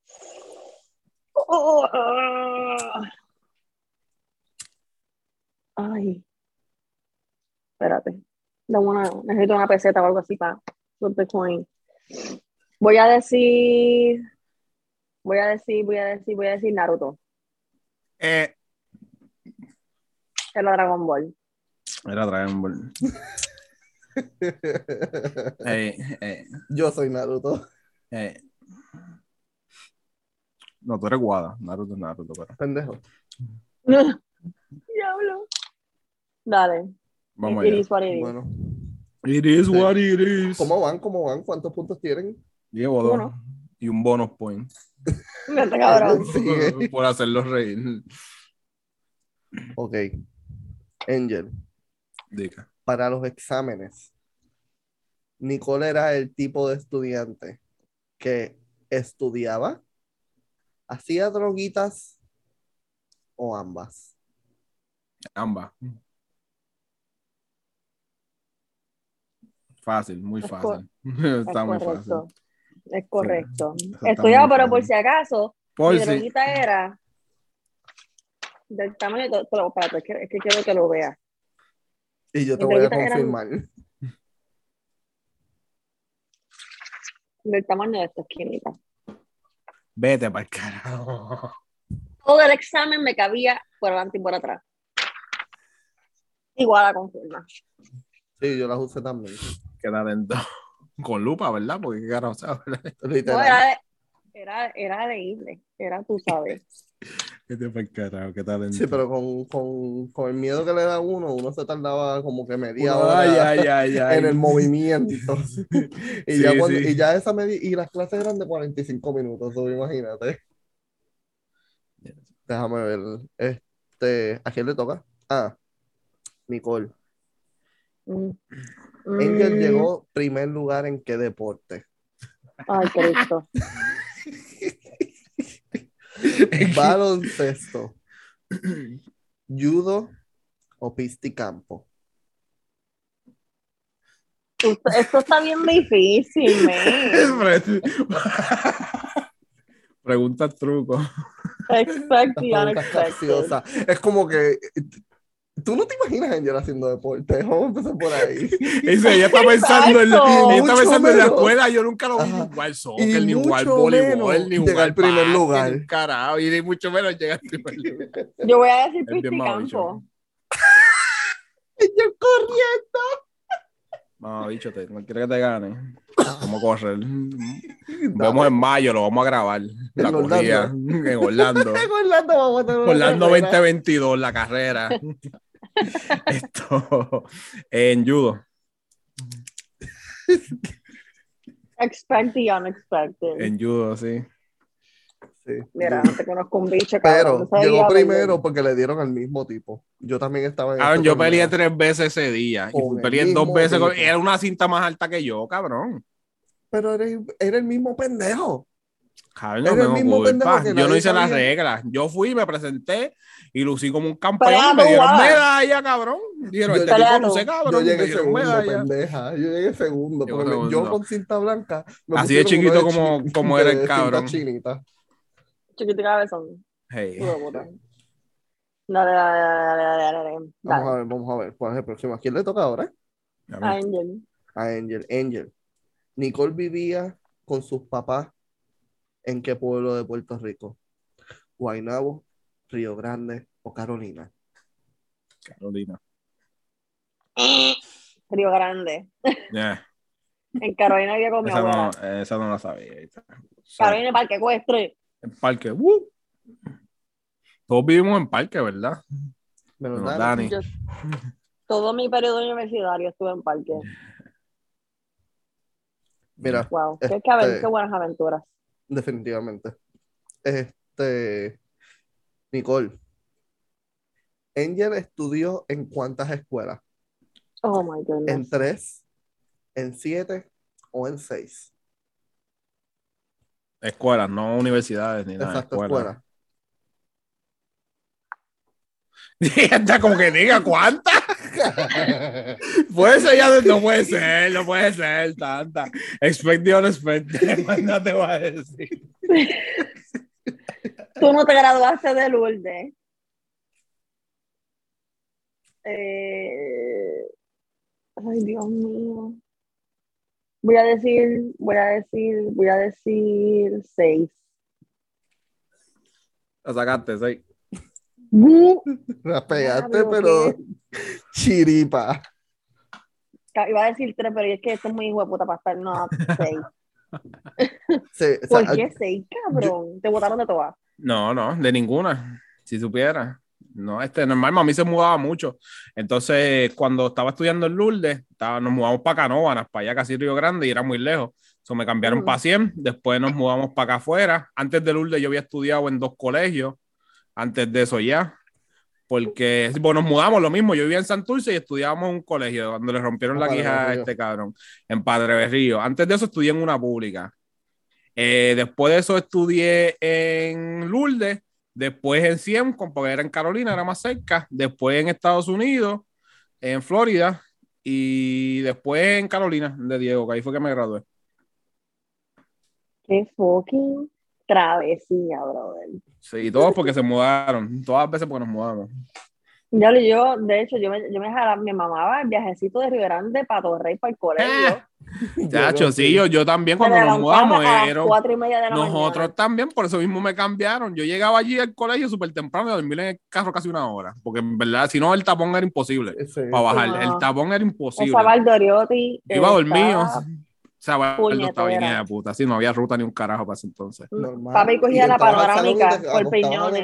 S3: Oh, ah. Ay. Espérate. Dame una- necesito una peseta o algo así para soltar coin. Voy a decir. Voy a decir, voy a decir, voy a decir Naruto.
S2: eh,
S3: Es la Dragon Ball.
S2: era Dragon Ball. Eh, eh,
S4: Yo soy Naruto.
S2: eh. No, tú eres guada. Naruto es Naruto, pero.
S4: Pendejo.
S3: Diablo. Dale.
S2: Vamos
S3: it
S2: allá.
S3: is what it is.
S4: Bueno,
S2: It is what it is.
S4: ¿cómo van? ¿Cómo van? ¿Cuántos puntos tienen?
S2: Llevo dos.
S3: Uno.
S2: Y un bonus point.
S3: Vete, cabrón.
S4: Sigue.
S2: Por hacerlos reír.
S4: Ok. Angel.
S2: Dica.
S4: para los exámenes. Nicole era el tipo de estudiante que estudiaba, hacía droguitas o ambas.
S2: Ambas. Fácil, muy
S3: Es
S2: fácil.
S3: Es
S2: Está muy fácil.
S3: correcto. Es correcto.
S2: está
S3: Estudiaba,
S2: muy
S3: pero por
S2: fácil.
S3: si acaso,
S2: Por
S3: mi
S2: si-
S3: droguita era del tamaño de. Pero espérate, es que, es que quiero que lo vea.
S4: Y yo te
S3: Mis
S4: voy a
S3: droguitas eran-
S4: confirmar.
S3: Del tamaño de esta esquinita.
S2: Vete para el carajo.
S3: Todo el examen me cabía por adelante y por atrás. Igual a confirma.
S4: Sí, yo las usé también.
S2: Queda dentro. Con lupa, ¿verdad? Porque qué carajo sabes, ¿verdad?
S3: No,
S4: Literal.
S3: era, de- era, era leíble. Era, tú sabes.
S2: Vete para el carajo, qué talento.
S4: Sí, pero con, con- con el miedo que le da a uno, uno se tardaba como que media hora
S2: Ay, ay, ay, ay.
S4: en el movimiento. y,
S2: Sí,
S4: ya cuando-
S2: sí.
S4: y ya esa media, y las clases eran de 45 minutos, so, imagínate. Déjame ver. Este, ¿a quién le toca? Ah, Nicole.
S3: Mm.
S4: Angel
S3: Mm.
S4: llegó primer lugar en qué deporte.
S3: Ay, Cristo.
S4: Baloncesto, judo o pista y campo.
S3: Esto- Esto está bien difícil, man.
S2: Pregunta truco.
S3: Expect the
S4: Las preguntas
S3: unexpected.
S4: capciosas. Es como que tú no te imaginas a Angel haciendo deporte. Vamos a empezar por ahí.
S2: Dice, ella está pensando en la,
S3: Exacto.
S2: ella está
S4: Mucho
S2: pensando en la
S4: menos.
S2: escuela, yo nunca lo vi
S4: Ajá.
S2: ni jugar soccer, ni jugar
S4: mucho
S2: voleibol,
S4: menos
S2: ni
S4: llegar
S2: jugar
S4: al primer
S2: básquet,
S4: lugar.
S2: ni un carajo, y ni mucho menos llegar al primer lugar.
S3: Yo voy a decir
S2: Es bien
S3: Pisticampo.
S4: Angel corriendo.
S2: No, bicho, te, no quiero que te gane. Vamos a correr. Vamos en mayo, lo vamos a grabar. La
S4: En
S2: corrida en Orlando.
S4: Orlando, vamos a tener una
S2: Orlando
S4: carrera.
S2: 2022, la carrera. Esto en judo.
S3: Expect the unexpected.
S2: En judo, sí.
S4: Sí.
S3: Mira, no te conozco un bicho,
S4: Pero
S3: cabrón. Tú
S4: llegó
S3: sabías,
S4: primero porque le dieron al mismo tipo. Yo también estaba en
S2: Cabrón,
S4: ese
S2: yo
S4: torneo.
S2: peleé tres veces ese día.
S4: Con
S2: Y
S4: el
S2: peleé dos
S4: mismo
S2: veces. con-
S4: tipo.
S2: Era una cinta más alta que yo, cabrón.
S4: Pero eres, eres el mismo pendejo.
S2: Cabrón,
S4: Eres el
S2: no tengo
S4: mismo pendejo
S2: culpa.
S4: que
S2: Yo no
S4: nadie
S2: hice las
S4: sabía.
S2: reglas. Yo fui, me presenté y lucí como un campeón.
S3: Pero
S2: Me dieron
S3: jugaba.
S2: medalla, cabrón. Dijeron,
S4: Yo-
S2: este tipo no
S3: Pelea
S2: sé,
S3: tú.
S4: Yo
S2: cabrón. Me
S4: llegué
S2: dieron
S4: segundo,
S2: medalla.
S4: pendeja. Yo llegué segundo.
S2: Llegó
S4: porque me- yo
S2: segundo.
S4: con cinta blanca. me
S2: Así de
S4: pusieron uno
S2: chiquito como-
S4: chi-
S2: como era el
S4: de cinta
S2: cabrón.
S4: chinita.
S3: Chiquito cabezón.
S4: Eh.
S2: Hey.
S3: Hijo de puta. Dale, dale, dale, dale, dale, dale.
S4: Vamos a
S3: Dale.
S4: ver, vamos a ver. ¿Cuál es el próximo? ¿A quién le toca ahora?
S2: ya
S3: A
S2: me-
S3: Angel.
S4: A Angel. Angel. Nicole vivía con sus papás en qué pueblo de Puerto Rico? Guaynabo, Río Grande o Carolina.
S2: Carolina.
S3: Río Grande.
S2: Ya,
S3: En Carolina había con mi
S2: Esa
S3: abuela.
S2: no, esa no la sabía. ahí está.
S3: Carolina Parque Ecuestre.
S2: En parque. ¡uh! Todos vivimos en parque, ¿verdad?
S4: Menos
S2: Bueno,
S4: Dani.
S2: Dani.
S3: Yo- todo mi periodo universitario estuve en Parque.
S4: Mira,
S3: Wow. Qué,
S4: Este-
S3: qué, aven- qué buenas aventuras.
S4: definitivamente. Este. Nicole. Angel estudió en cuántas escuelas?
S3: Oh my goodness.
S4: ¿En tres? ¿En siete? ¿O en seis?
S2: Escuelas, no universidades ni nada.
S4: Exacto,
S2: escuelas.
S4: escuela.
S2: Está como que diga cuántas. Puede ser ya, no puede ser, no puede ser tanta. Expect or expect, más no te voy a decir.
S3: Tú no te graduaste de Lourdes. Eh, ay, Dios mío. Voy a decir, voy a decir, voy a decir seis.
S2: La sacaste, sí.
S3: Bu-
S4: La pegaste,
S3: Diablo,
S4: pero chiripa.
S3: Ca- Iba a decir tres, pero es que esto es muy hijo de puta para estar. No, seis.
S4: Se- o sea,
S3: ¿Por qué seis, cabrón? Te botaron de todas.
S2: No, no, de ninguna, si supiera. No, este, normal, mami se mudaba mucho. Entonces, cuando estaba estudiando en Lourdes, estaba- nos mudamos para Canóvanas, para allá casi Río Grande, y era muy lejos. So, me cambiaron
S3: Ujú.
S2: para 100, después nos mudamos para acá afuera. Antes de Lourdes yo había estudiado en dos colegios, antes de eso ya. Porque, bueno, nos mudamos lo mismo. Yo vivía en Santurce y estudiábamos en un colegio, cuando le rompieron
S4: En
S2: la
S4: Padre
S2: quija a
S4: Berrío.
S2: este cabrón, en Padre Berrío. Antes de eso estudié en una pública. Eh, después de eso estudié en Lourdes, después en Siem, con- porque era en Carolina, era más cerca, después en Estados Unidos, en Florida y después en Carolina de Diego, que ahí fue que me gradué.
S3: Qué fucking travesía, brother.
S2: Sí, y todos porque se mudaron, todas las veces porque nos mudamos.
S3: Ya lo- yo, de hecho, yo me, yo me jalaba, me mamaba el viajecito de Río Grande para Torrey, para el colegio.
S2: Ya,
S4: yo no
S2: sí, yo, yo también
S3: Me
S2: cuando nos
S3: levantaba
S2: mudamos,
S3: a las
S2: era-
S3: cuatro y media de la
S2: nosotros
S3: mañana.
S2: también, por eso mismo me cambiaron. Yo llegaba allí al colegio súper temprano y a dormir en el carro casi una hora, porque en verdad, si no, el tapón era imposible.
S4: sé. Sí.
S2: Para bajar,
S3: No.
S2: el tapón era imposible.
S3: Esa Valdoriotti.
S2: Yo iba
S3: eh,
S2: dormido.
S3: estaba-
S2: Estaba
S3: puñetera.
S2: estaba bien hija de puta. Sí, no había ruta ni un carajo para ese entonces.
S4: Normal.
S3: Papi cogía
S4: Y
S3: la
S4: entrabas al salón y te
S3: panorámica por
S4: acostabas a
S3: piñones.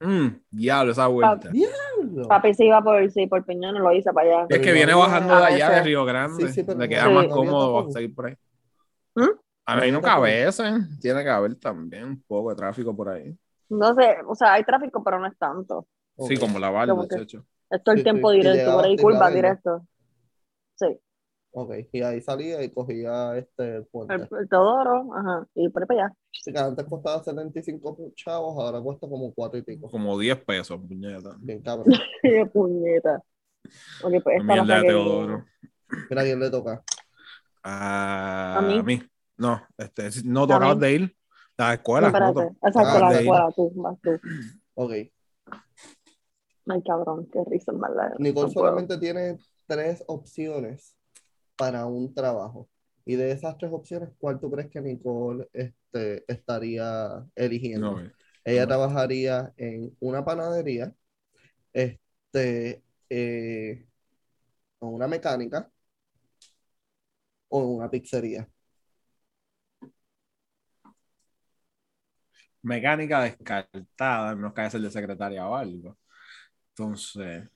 S4: dormir.
S2: Mm, diablo, esa vuelta.
S4: Diablo.
S3: Papi se iba por, sí, por Peñón, lo hizo para allá.
S2: es que viene bajando de
S3: A
S2: allá de
S3: veces.
S2: Río Grande.
S4: Sí, sí, pero
S2: le
S4: no-
S2: queda
S3: sí.
S2: más
S3: no
S4: había
S2: cómodo
S4: tapón.
S2: seguir por ahí.
S3: ¿Mm?
S2: A
S4: No
S2: mí
S4: había
S2: no
S4: tapón.
S2: cabeza. Tiene que haber también un poco de tráfico por ahí.
S3: No sé, o sea, hay tráfico, pero no es tanto.
S2: Sí, como la barra,
S3: Como que-
S2: muchacho.
S3: Esto es
S4: Sí,
S3: el tiempo
S4: sí, que
S3: directo, por ahí
S4: llegabas
S3: curva
S4: tirado, ¿no?
S3: directo. Sí,
S4: Ok, y ahí salía y cogía este el puente.
S3: el, el Teodoro, ajá, y por ahí para allá.
S4: Sí, que antes costaba 75 chavos, ahora cuesta como 4 y pico.
S2: Como 10 pesos, puñeta.
S4: Bien cabrón.
S3: Qué puñeta. Ok, pues esta la
S2: Mierda de
S3: saqué.
S2: Teodoro.
S4: Mira, ¿a quién le toca?
S2: A,
S3: ¿A mí?
S2: No, este, no, tú
S3: ¿A
S2: acabas
S3: mí?
S2: de ir. La escuela.
S3: No,
S2: no,
S3: espérate, exacto,
S4: Ah,
S3: la
S4: de
S2: ahí.
S3: escuela, tú, vas tú.
S4: Ok,
S3: Ay, cabrón, qué risa, en verdad.
S4: Nicole
S3: No puedo.
S4: solamente tiene tres opciones para un trabajo. Y de esas tres opciones, ¿cuál tú crees que Nicole este, estaría eligiendo?
S2: no, eh.
S4: Ella
S2: Ajá.
S4: trabajaría en una panadería, este, eh, o una mecánica, o en una pizzería.
S2: mecánica descartada, nos cae ser de secretaria o algo. Entonces,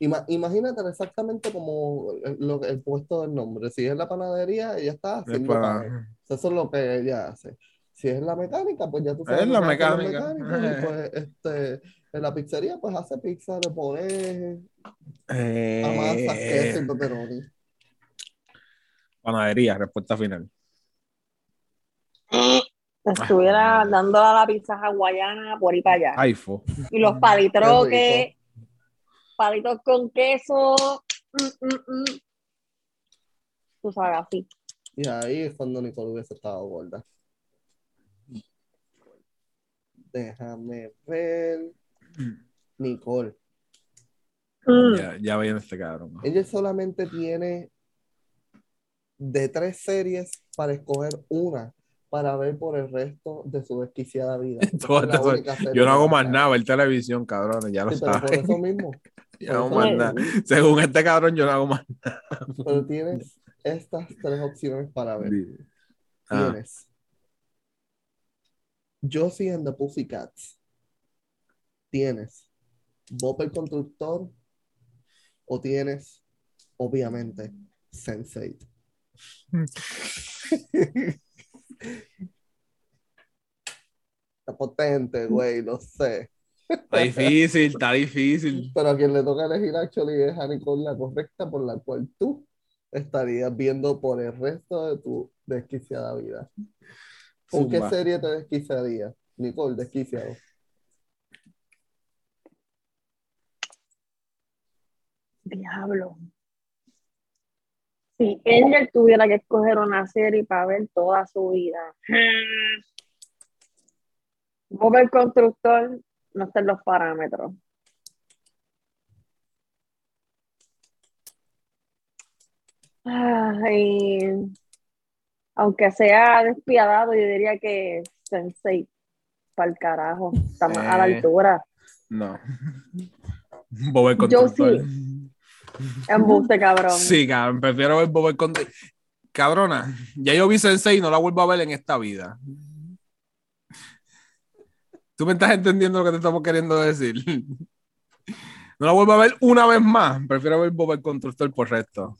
S4: Ima- imagínate exactamente como el- lo- el puesto del nombre. Si es la panadería, ella está
S2: es,
S4: haciendo
S2: para-
S4: panes. Eso es lo que ella hace. Si es la mecánica, pues ya tú sabes
S2: Es
S4: lo
S2: la
S4: que hacen los
S2: mecánica.
S4: mecánicos, y,
S2: Eh.
S4: pues, este, en la pizzería, pues hace pizza, le pones
S2: Eh,
S4: amasas, queso y pepperoni.
S2: panadería, respuesta final.
S3: Estuviera dándole a la pizza hawaiana por ahí para allá.
S2: Ay, fo.
S3: Y los
S4: Qué
S3: palitroques, palitos con queso. mm, mm, mm. Tú sabes, así.
S4: Y ahí es cuando Nicole hubiese estado gorda. Déjame ver. Nicole.
S3: Mm.
S2: Ya, ya veían este cabrón.
S4: Ella solamente tiene de tres series para escoger una para ver por el resto de su desquiciada vida.
S2: Todas
S4: Es la
S2: estas son-
S4: única serie
S2: este Yo no hago
S4: que
S2: más
S4: saca.
S2: nada, ver televisión, cabrón, ya lo
S4: Sí, pero por
S2: sabes.
S4: eso mismo.
S2: Yo no hago
S4: por
S2: más
S4: eso
S3: Eh,
S2: nada.
S4: mismo.
S2: Según este cabrón, yo no hago más
S4: Pero tienes estas tres opciones para ver.
S2: nada. Ah,
S4: Tienes Josie and the Pussycats. Tienes Bob el Constructor. O tienes, obviamente, Sensei. Está potente, güey, lo sé.
S2: está difícil, está difícil.
S4: Pero a quien le toca elegir, actually, es a Nicole la correcta por la cual tú estarías viendo por el resto de tu desquiciada vida. ¿Con qué
S2: Zumba.
S4: serie te desquiciaría? Nicole, desquiciado.
S3: Diablo. Si Angel tuviera que escoger una serie para ver toda su vida. mm, Bob el constructor no está en los parámetros. Ay, aunque sea despiadado, yo diría que Sensei, para el carajo, está más a la
S2: Eh.
S3: altura.
S2: No. Bob el constructor.
S3: Embuste, cabrón.
S2: Sí, cabrón, prefiero ver Bob el constructor. Cabrona, ya yo vi Sensei y no la vuelvo a ver en esta vida. ¿Tú me estás entendiendo lo que te estamos queriendo decir? No la vuelvo a ver una vez más. Prefiero ver Bob el constructor por resto.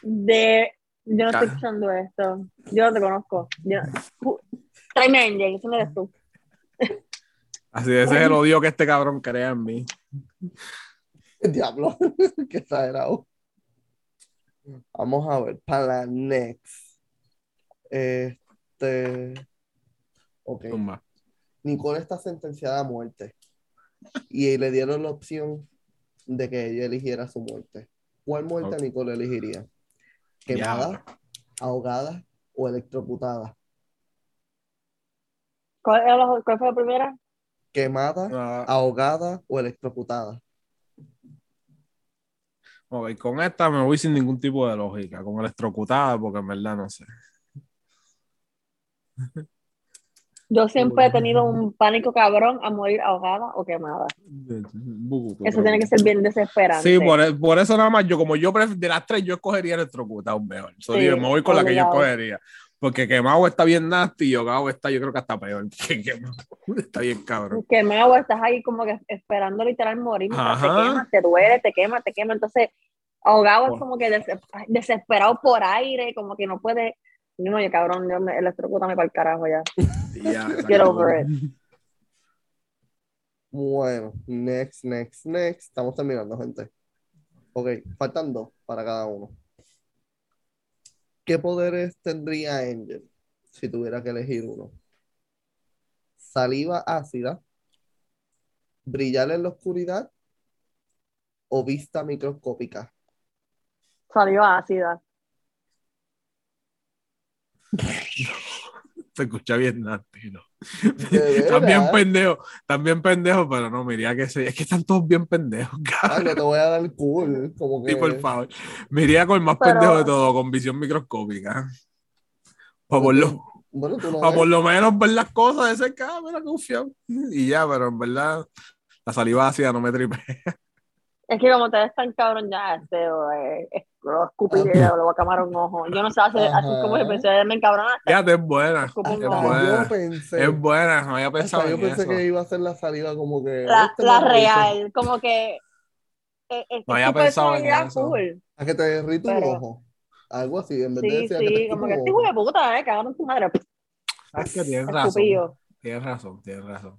S3: de yo no estoy
S2: Ah.
S3: escuchando esto yo no te conozco yo no- tráeme a Angel ese no eres tú
S2: Así de ese es el odio que este cabrón crea en mí.
S4: Diablo, qué exagerado. Vamos a ver, para la next. Este. Ok.
S2: Tumba.
S4: Nicole está sentenciada a muerte. Y le dieron la opción de que ella eligiera su muerte. ¿Cuál muerte
S2: Ok.
S4: Nicole elegiría? ¿Quemada, ahogada o electrocutada?
S3: ¿cuál, era la- cuál fue la primera?
S4: ¿Quemada,
S2: Ah,
S4: ahogada o electrocutada?
S2: ok, con esta me voy sin ningún tipo de lógica, con electrocutada, porque en verdad no sé.
S3: yo siempre he tenido un pánico cabrón a morir ahogada o quemada eso tiene que ser bien desesperante
S2: Sí, por, e, por eso nada más, yo como yo pref- de las tres, yo escogería electrocutado mejor. So,
S3: Sí,
S2: digo, me voy con la que yo
S3: obligado.
S2: escogería. Porque quemado está bien nasty y ahogado está, yo creo que hasta peor que quemado. Está bien cabrón.
S3: quemado estás ahí como que esperando literal morir mientras te
S2: Ajá.
S3: quemas te duele te quema te quema entonces ahogado
S2: Por-
S3: es como que des- ay, desesperado por aire como que no puede no yo cabrón yo me electrocútame para el carajo ya
S2: Ya,
S3: get over it
S4: Bueno, next, next, next. Estamos terminando, gente. Ok, faltan dos para cada uno. ¿Qué poderes tendría Angel si tuviera que elegir uno? ¿Saliva ácida? ¿Brillar en la oscuridad? ¿O vista microscópica?
S3: salió ácida
S2: Se escucha bien nasty, ¿no?
S4: De
S2: También
S4: veras.
S2: pendejo, también pendejo, pero no, mira que se, es que están todos bien pendejos, cabrón.
S4: Ay, no ah, te voy a dar cool. Como que
S2: Sí, por favor. Me iría con el más
S3: Pero-
S2: pendejo de todo, con visión microscópica. Para por lo,
S4: Bueno, tú no
S2: pa'
S4: ves.
S2: por lo menos ver las cosas de cerca, me la confiado. Y ya, pero en verdad, la saliva ácida no me tripe.
S3: Es que como ustedes están cabrón ya, este, o, eh, es- lo escupiré, lo voy a quemar un ojo. Yo no sé, hace, así
S4: Ajá. Ah,
S3: como se pensé de me encabronar,
S2: Fíjate, es buena.
S3: escupo un
S4: Hasta
S3: ojo.
S2: bueno.
S4: yo pensé.
S2: Es buena, no había
S4: hasta
S2: pensado
S4: yo
S2: en
S4: pensé
S2: eso.
S4: que iba a ser la saliva como que.
S3: La,
S4: este
S3: la
S4: no lo hizo.
S3: real, como que... eh, eh,
S2: No había
S3: tu
S2: pensado en
S3: personalidad
S2: eso.
S3: cool.
S4: A que te derrite un
S3: Pero-
S4: ojo. Algo así, en vez de
S3: Sí,
S4: decir a que te
S3: sí, como que
S4: derrite
S3: este
S4: un
S3: hijo de
S4: ojo.
S3: puta, eh, cagaron tu madre.
S2: Ah, que tienes razón.
S3: Escupillo.
S2: Tienes razón, tienes razón.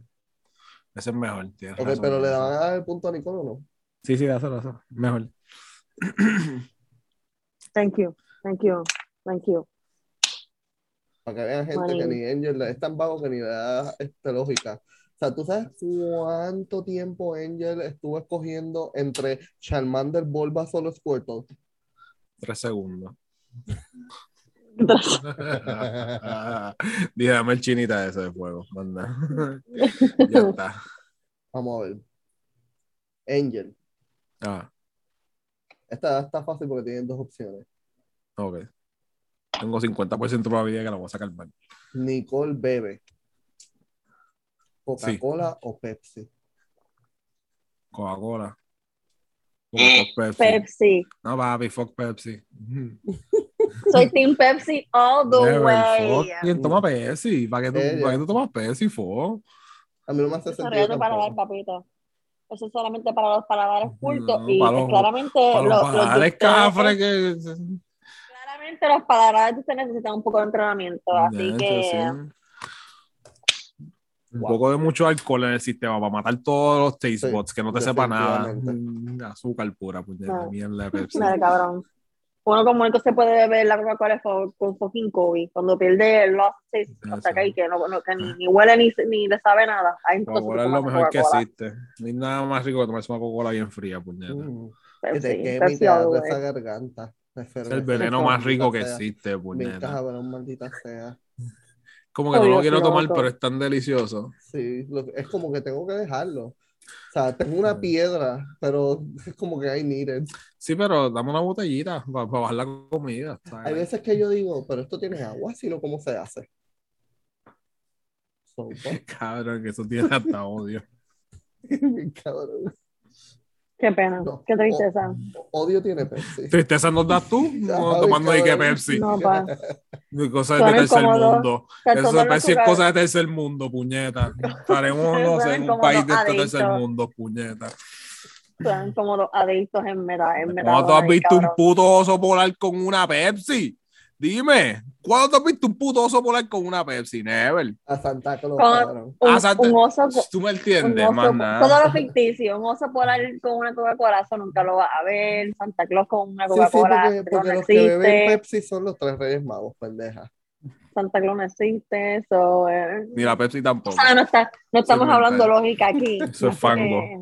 S2: Ese es mejor, tienes
S4: Ok,
S2: razón.
S4: pero le
S2: tienes
S4: van a
S2: razón.
S4: dar el punto a Nicole o no.
S2: Sí, sí, razón, razón. Mejor.
S3: Thank you, thank you, thank you.
S4: Para que vean gente que
S3: Manín.
S4: ni Angel le- es tan bajo que ni le da este, lógica. O sea, ¿tú sabes cuánto tiempo Angel estuvo escogiendo entre Charmander, Bulbasaur o Squirtle?
S2: Tres segundos.
S3: Entonces,
S2: Dije, dame el chinita ese de fuego. Manda. ya está.
S4: Vamos a ver. Angel.
S2: Ah,
S4: Esta está fácil porque tienen dos opciones.
S2: ok. Tengo 50% de probabilidad que la voy a sacar mal.
S4: Nicole bebe. Coca-Cola o Pepsi.
S2: Coca-Cola. Fuck Pepsi.
S3: Pepsi.
S2: No, papi, fuck Pepsi.
S3: Soy Team Pepsi all the
S2: Never
S3: way.
S2: fucking toma Pepsi. ¿Para qué tú,
S4: Ella.
S2: para qué tú tomas Pepsi, fuck?
S4: A mí no me hace sentido.
S3: Desarrollando para dar
S4: tampoco.
S3: papito. Eso es solamente para los paladares cultos
S2: No,
S3: y
S2: para los-
S3: claramente
S2: Para los
S3: Eh, los- los
S2: paladares
S3: dulces-
S2: cafres que...
S3: Claramente los paladares dulces necesitan un poco de entrenamiento, así
S2: Ya,
S3: que
S2: sí. Un poco de mucho alcohol en el sistema para matar todos los taste
S4: Sí,
S2: buds, que no te sepa nada.
S4: definitivamente.
S2: Mm, Azúcar pura, puñeta,
S3: No.
S2: mierda de Pepsi.
S3: Madre cabrón. Uno como único se puede beber la Coca-Cola fo- con fucking COVID. Cuando pierde el lost taste
S2: Ya
S3: hasta
S2: sé.
S3: que, ahí, que, no, no- que ni, ni huele ni, ni le sabe nada. Ahí entonces
S2: Coca-Cola es
S3: toma
S2: Ah. lo mejor que
S3: Coca-Cola.
S2: existe. No hay nada más rico que tomarse una Coca-Cola bien fría, puñeta.
S4: Mm.
S3: Pero
S4: Te
S3: sí,
S4: quema y
S3: Pepsi
S4: te
S3: all
S4: arde
S3: the
S4: esa
S3: way.
S4: garganta.
S2: Es el veneno
S4: Maldita
S2: más rico que
S4: sea.
S2: existe,
S4: Bien
S2: puñeta.
S4: cabrón, maldita sea.
S2: Como que no lo
S3: Obvio,
S2: quiero
S3: sí,
S2: tomar,
S3: loco.
S2: pero es tan delicioso.
S4: Sí, lo- es como que tengo que dejarlo. O sea, tengo una
S2: Mm.
S4: piedra, pero es como que I need it.
S2: Sí, pero dame una botellita para, bajar la comida. ¿sabes?
S4: Hay veces que yo digo, pero esto tiene agua, sino cómo se hace. So, what?
S2: Cabrón, que eso tiene hasta odio.
S4: Bien cabrón.
S3: Qué pena,
S4: No.
S3: qué tristeza.
S4: Odio tiene Pepsi.
S2: Tristeza nos das tú no,
S4: Ay,
S2: tomando ahí que
S4: cabrón.
S2: Pepsi.
S3: No, pa.
S2: Cosas de
S3: Suena
S2: tercer
S3: incómodo.
S2: mundo. Eso de Pepsi es cosa de tercer mundo, puñeta. Estaremos, no sé,
S3: Suena
S2: en un
S3: incómodo,
S2: país de este
S3: adicto.
S2: tercer mundo, puñeta.
S3: Son como los adictos en meta. En
S2: ¿Cuándo tú has visto un puto oso polar con una Pepsi? Dime, ¿cuándo tú has visto un puto oso polar con una Pepsi? Never.
S4: A Santa Claus,
S3: Con-
S4: cabrón.
S3: un,
S2: Ah, Santa-
S3: un oso, co-
S2: Tú me
S3: un
S2: entiendes,
S3: oso
S2: más
S3: todo
S2: nada.
S3: lo ficticio, un oso polar con una Coca-Cola, eso nunca lo vas a ver. Santa Claus con una
S4: Sí, sí,
S3: Coca-Cola,
S4: porque,
S3: Santa Claus
S4: porque
S3: no
S4: los que beben pues-
S3: existe.
S4: Pepsi son los tres reyes magos, pendeja.
S3: Santa Claus no existe, eso. eh,
S2: Ni la Pepsi
S3: o
S2: tampoco.
S3: sea, no, está- no estamos
S2: mental.
S3: hablando lógica aquí.
S2: Eso es
S3: así
S2: fango.
S3: que,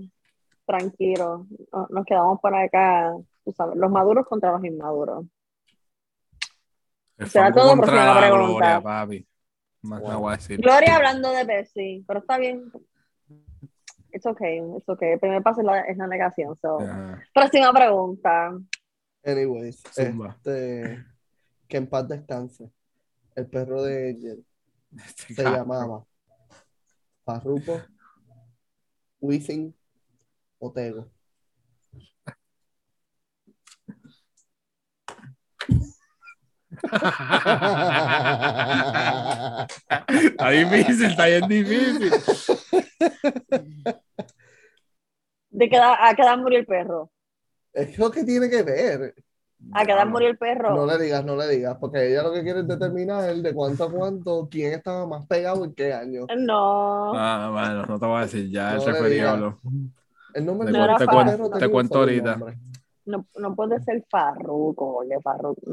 S3: Tranquilo, no- nos quedamos por acá, tú sabes, los maduros contra los inmaduros.
S2: El
S3: sea,
S2: fango
S3: todo por
S2: contra
S3: si
S2: la
S3: no pregunta.
S2: gloria, papi. Más nada voy a decir.
S3: Gloria hablando de Pepsi, pero está bien. It's okay, it's okay. El primer paso es la, es la negación. so.
S2: Ajá,
S3: Próxima pregunta.
S4: Anyways,
S2: Zumba.
S4: este, que en paz descanse. El perro de Angel
S2: Este
S4: se
S2: cabrón.
S4: llamaba Farruko, Wisin o Tego.
S2: Está difícil, está bien difícil.
S3: ¿De qué edad, ¿A qué edad murió el perro?
S4: Es lo que tiene que ver.
S3: ¿A qué edad murió el perro?
S4: No le digas, no le digas, porque ella lo que quiere es determinar el de cuánto a cuánto, quién estaba más pegado en qué año.
S3: No.
S2: Ah, bueno, no te voy a decir ya,
S4: No
S2: el
S4: le
S2: referido.
S4: El nombre
S2: Te
S4: del
S3: cuento-
S4: perro
S3: te
S4: tenía
S2: cuento- te
S4: un
S2: cuento
S4: solo
S2: ahorita.
S4: nombre.
S3: No, no puede ser farruco, oye, farruco.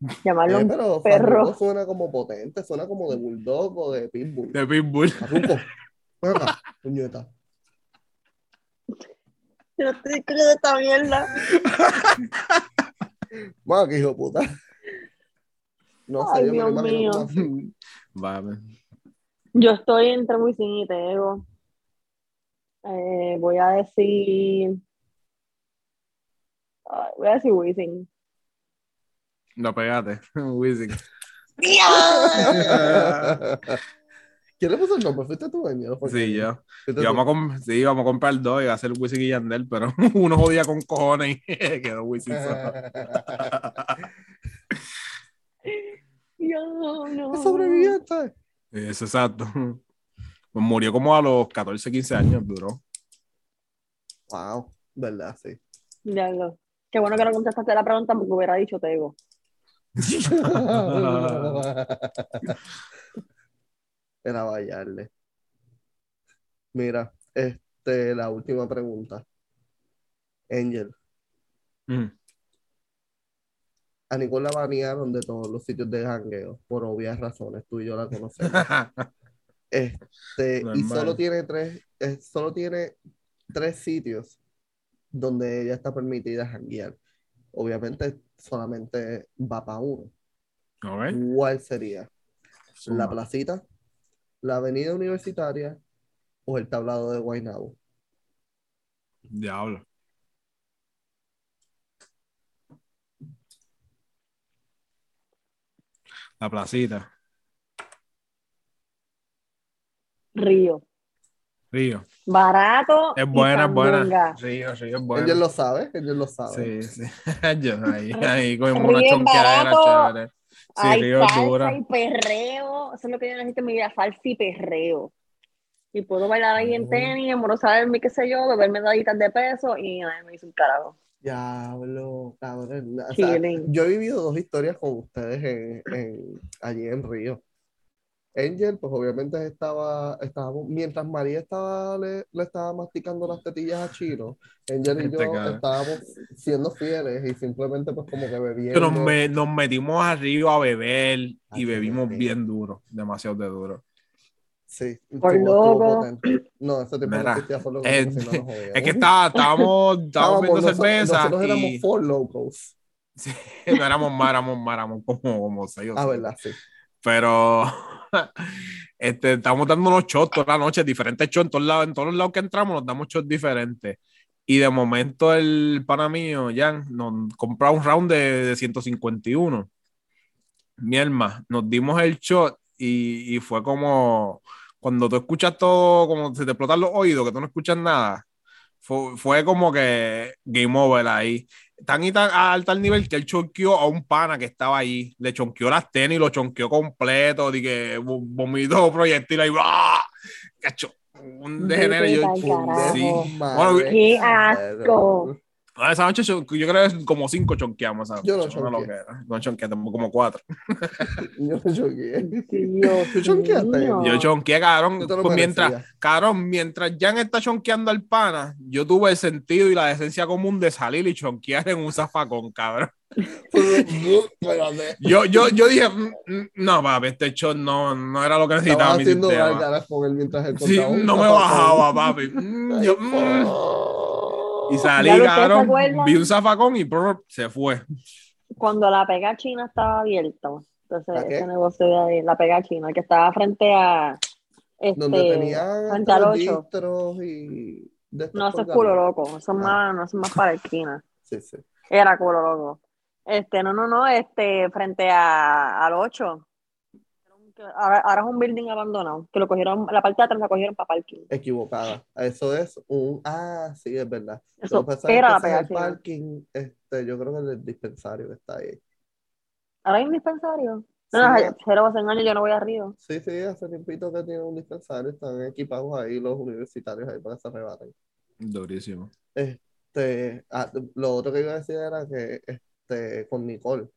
S3: Mm, llamarlo
S4: Eh,
S3: un
S4: pero
S3: perro.
S4: Farruko suena como potente, suena como de bulldog o de pitbull.
S2: De Pitbull.
S4: Farruko, ven acá, puñeta.
S3: Yo no estoy escuchando esta mierda.
S4: Más que hijo de puta. No sé,
S3: Ay,
S4: yo me lo
S3: Dios
S4: imagino
S3: mío.
S4: como así.
S2: Vale.
S3: Yo estoy entre Wisin y Tego. Eh, voy a decir. Ay, voy a decir Wisin.
S2: No pegate. Wisin.
S4: ¿Quién le puso el nombre? ¿Fuiste tú, Daniel?
S2: Sí, yo.
S4: Fuiste
S2: Y
S4: tú.
S2: vamos a com- sí, vamos a comprar dos y va a ser Wisin y Yandel, pero uno jodía con cojones y quedó Wisin solo.
S3: Yo no.
S4: Es sobreviviente.
S2: Eso, exacto. Pues murió como a los 14, 15 años, duró.
S4: Wow, ¿verdad? Sí.
S3: Diablo. Qué bueno que no contestaste la pregunta porque hubiera dicho Tego.
S4: Era bailarle. Mira, este, la última pregunta. Angel,
S2: Mm.
S4: a Nicole la banearon de todos los sitios de jangueo, por obvias razones, tú y yo la conocemos. Este, y
S2: Normal.
S4: solo tiene tres, eh, solo tiene tres sitios donde ella está permitida janguear. Obviamente solamente va para uno.
S2: Ok.
S4: ¿Cuál sería? ¿La placita? ¿La avenida universitaria? ¿O el tablado de Guaynabo?
S2: Diablo. La placita,
S3: Río.
S2: Río.
S3: Barato.
S2: Es
S3: y
S2: buena, es buena.
S3: sandunga.
S2: Río, Río es
S4: Ellos
S2: buena.
S4: lo saben, ellos lo saben.
S2: Sí, sí. Yo ahí, ahí con una
S3: Río es
S2: chonqueadera
S3: barato.
S2: chévere. Sí,
S3: Hay
S2: Río es
S3: salsa
S2: dura.
S3: y perreo. Eso es lo que yo necesito en mi vida, salsa y perreo. Y puedo bailar ahí en
S4: Mm.
S3: tenis, amorosarme, qué sé yo, beberme daditas de peso y nadie me hizo un carajo.
S4: Diablo, cabrón. O sea,
S3: Chilling.
S4: yo he vivido dos historias con ustedes en, en- allí en Río. Angel, pues obviamente estaba, estábamos, mientras María estaba, le, le estaba masticando las tetillas a Chino, Angel y
S2: Este
S4: yo
S2: cara.
S4: estábamos siendo fieles y simplemente pues como que bebiendo.
S2: Nos, me- nos metimos a Río a beber y
S4: Ay,
S2: bebimos
S4: qué rico.
S2: bien duro, demasiado de duro.
S4: Sí,
S3: Por
S4: estuvo- estuvo
S3: loco.
S4: potente. No, ese tiempo
S2: Mira,
S4: no existía por loco,
S2: eh,
S4: porque si no nos jodían.
S2: Es que está- estábamos, estábamos
S4: Estábamos,
S2: bebiendo
S4: noso-
S2: cerveza
S4: Nosotros éramos
S2: y
S4: four locos.
S2: no éramos más, éramos más, éramos como, como seis o
S4: Ah,
S2: siete.
S4: verdad, sí.
S2: Pero este, estamos dando unos shots toda la noche, diferentes shots en todos lados, en todos los lados que entramos nos damos shots diferentes. Y de momento el pana mío, Jan, nos compra un round de, de 151. Mi alma, nos dimos el shot y, y fue como cuando tú escuchas todo, como se te explotan los oídos, que tú no escuchas nada. Fue, fue como que game over ahí tan y tan a tal nivel que él chonqueó a un pana que estaba ahí. Le chonqueó las tenis, lo chonqueó completo, di que vo- vomitó proyectil ahí. ¡ah! Cacho, un degenere. Yo,
S3: Ay, carajo.
S2: sí.
S4: Madre,
S2: Bueno,
S3: ¡Qué
S4: madre.
S3: asco!
S2: Ah, Esa noche yo, yo creo que como cinco chonqueamos. Esa
S4: Yo no
S2: noche, una
S4: chonqueé.
S2: loquera. No chonqueé, tampoco como cuatro.
S4: Yo no choqué.
S3: Dios
S4: ¿Tú chonqueaste?
S3: mío.
S2: Yo chonqueé, cabrón.
S4: Esto no
S2: pues mientras,
S4: parecía.
S2: cabrón, mientras Jan está chonqueando al pana, yo tuve el sentido y la decencia común de salir y chonquear en un zafacón, cabrón.
S4: Espérate.
S2: Yo, yo, yo dije, "Mm, mm, no, papi, este show no, no era lo que necesitaba
S4: Estaba
S2: mi
S4: haciendo
S2: sistema.
S4: gárgaras con él mientras él
S2: Sí,
S4: contaba un
S2: no me
S4: zapato.
S2: bajaba, papi. Mm, yo, mm. Y salí,
S3: Ya lo que se
S2: cabrón,
S3: acuerdan.
S2: vi un zafacón y brr, se fue.
S3: Cuando la pega china estaba abierta, entonces
S4: ¿La qué?
S3: ese negocio de la pega china, que estaba frente a. Este,
S4: Donde tenían
S3: frente al
S4: estos
S3: ocho.
S4: distros y... de estos
S3: No, eso es
S4: colgados.
S3: culo loco, eso es
S4: Ah.
S3: más, no, eso es más para la esquina.
S4: Sí, sí.
S3: Era culo loco. Este, no, no, no, este, frente a, al 8. Ahora, ahora es un building abandonado, que lo cogieron, la parte de atrás la cogieron para parking.
S4: Equivocada. Eso es un... Ah, sí, es verdad.
S3: Eso
S4: Lo que pasa es
S3: era
S4: que
S3: la
S4: ese es el
S3: pegachina.
S4: parking, este, yo creo que es el dispensario que está ahí.
S3: Ahora hay un dispensario.
S4: Sí,
S3: No, no,
S4: ya.
S3: pero hace un año yo no voy a Río.
S4: Sí, sí, hace tiempito que tiene un dispensario, están equipados ahí los universitarios ahí para que se arrebaten.
S2: Durísimo.
S4: Este, ah, lo otro que iba a decir era que este, con Nicole,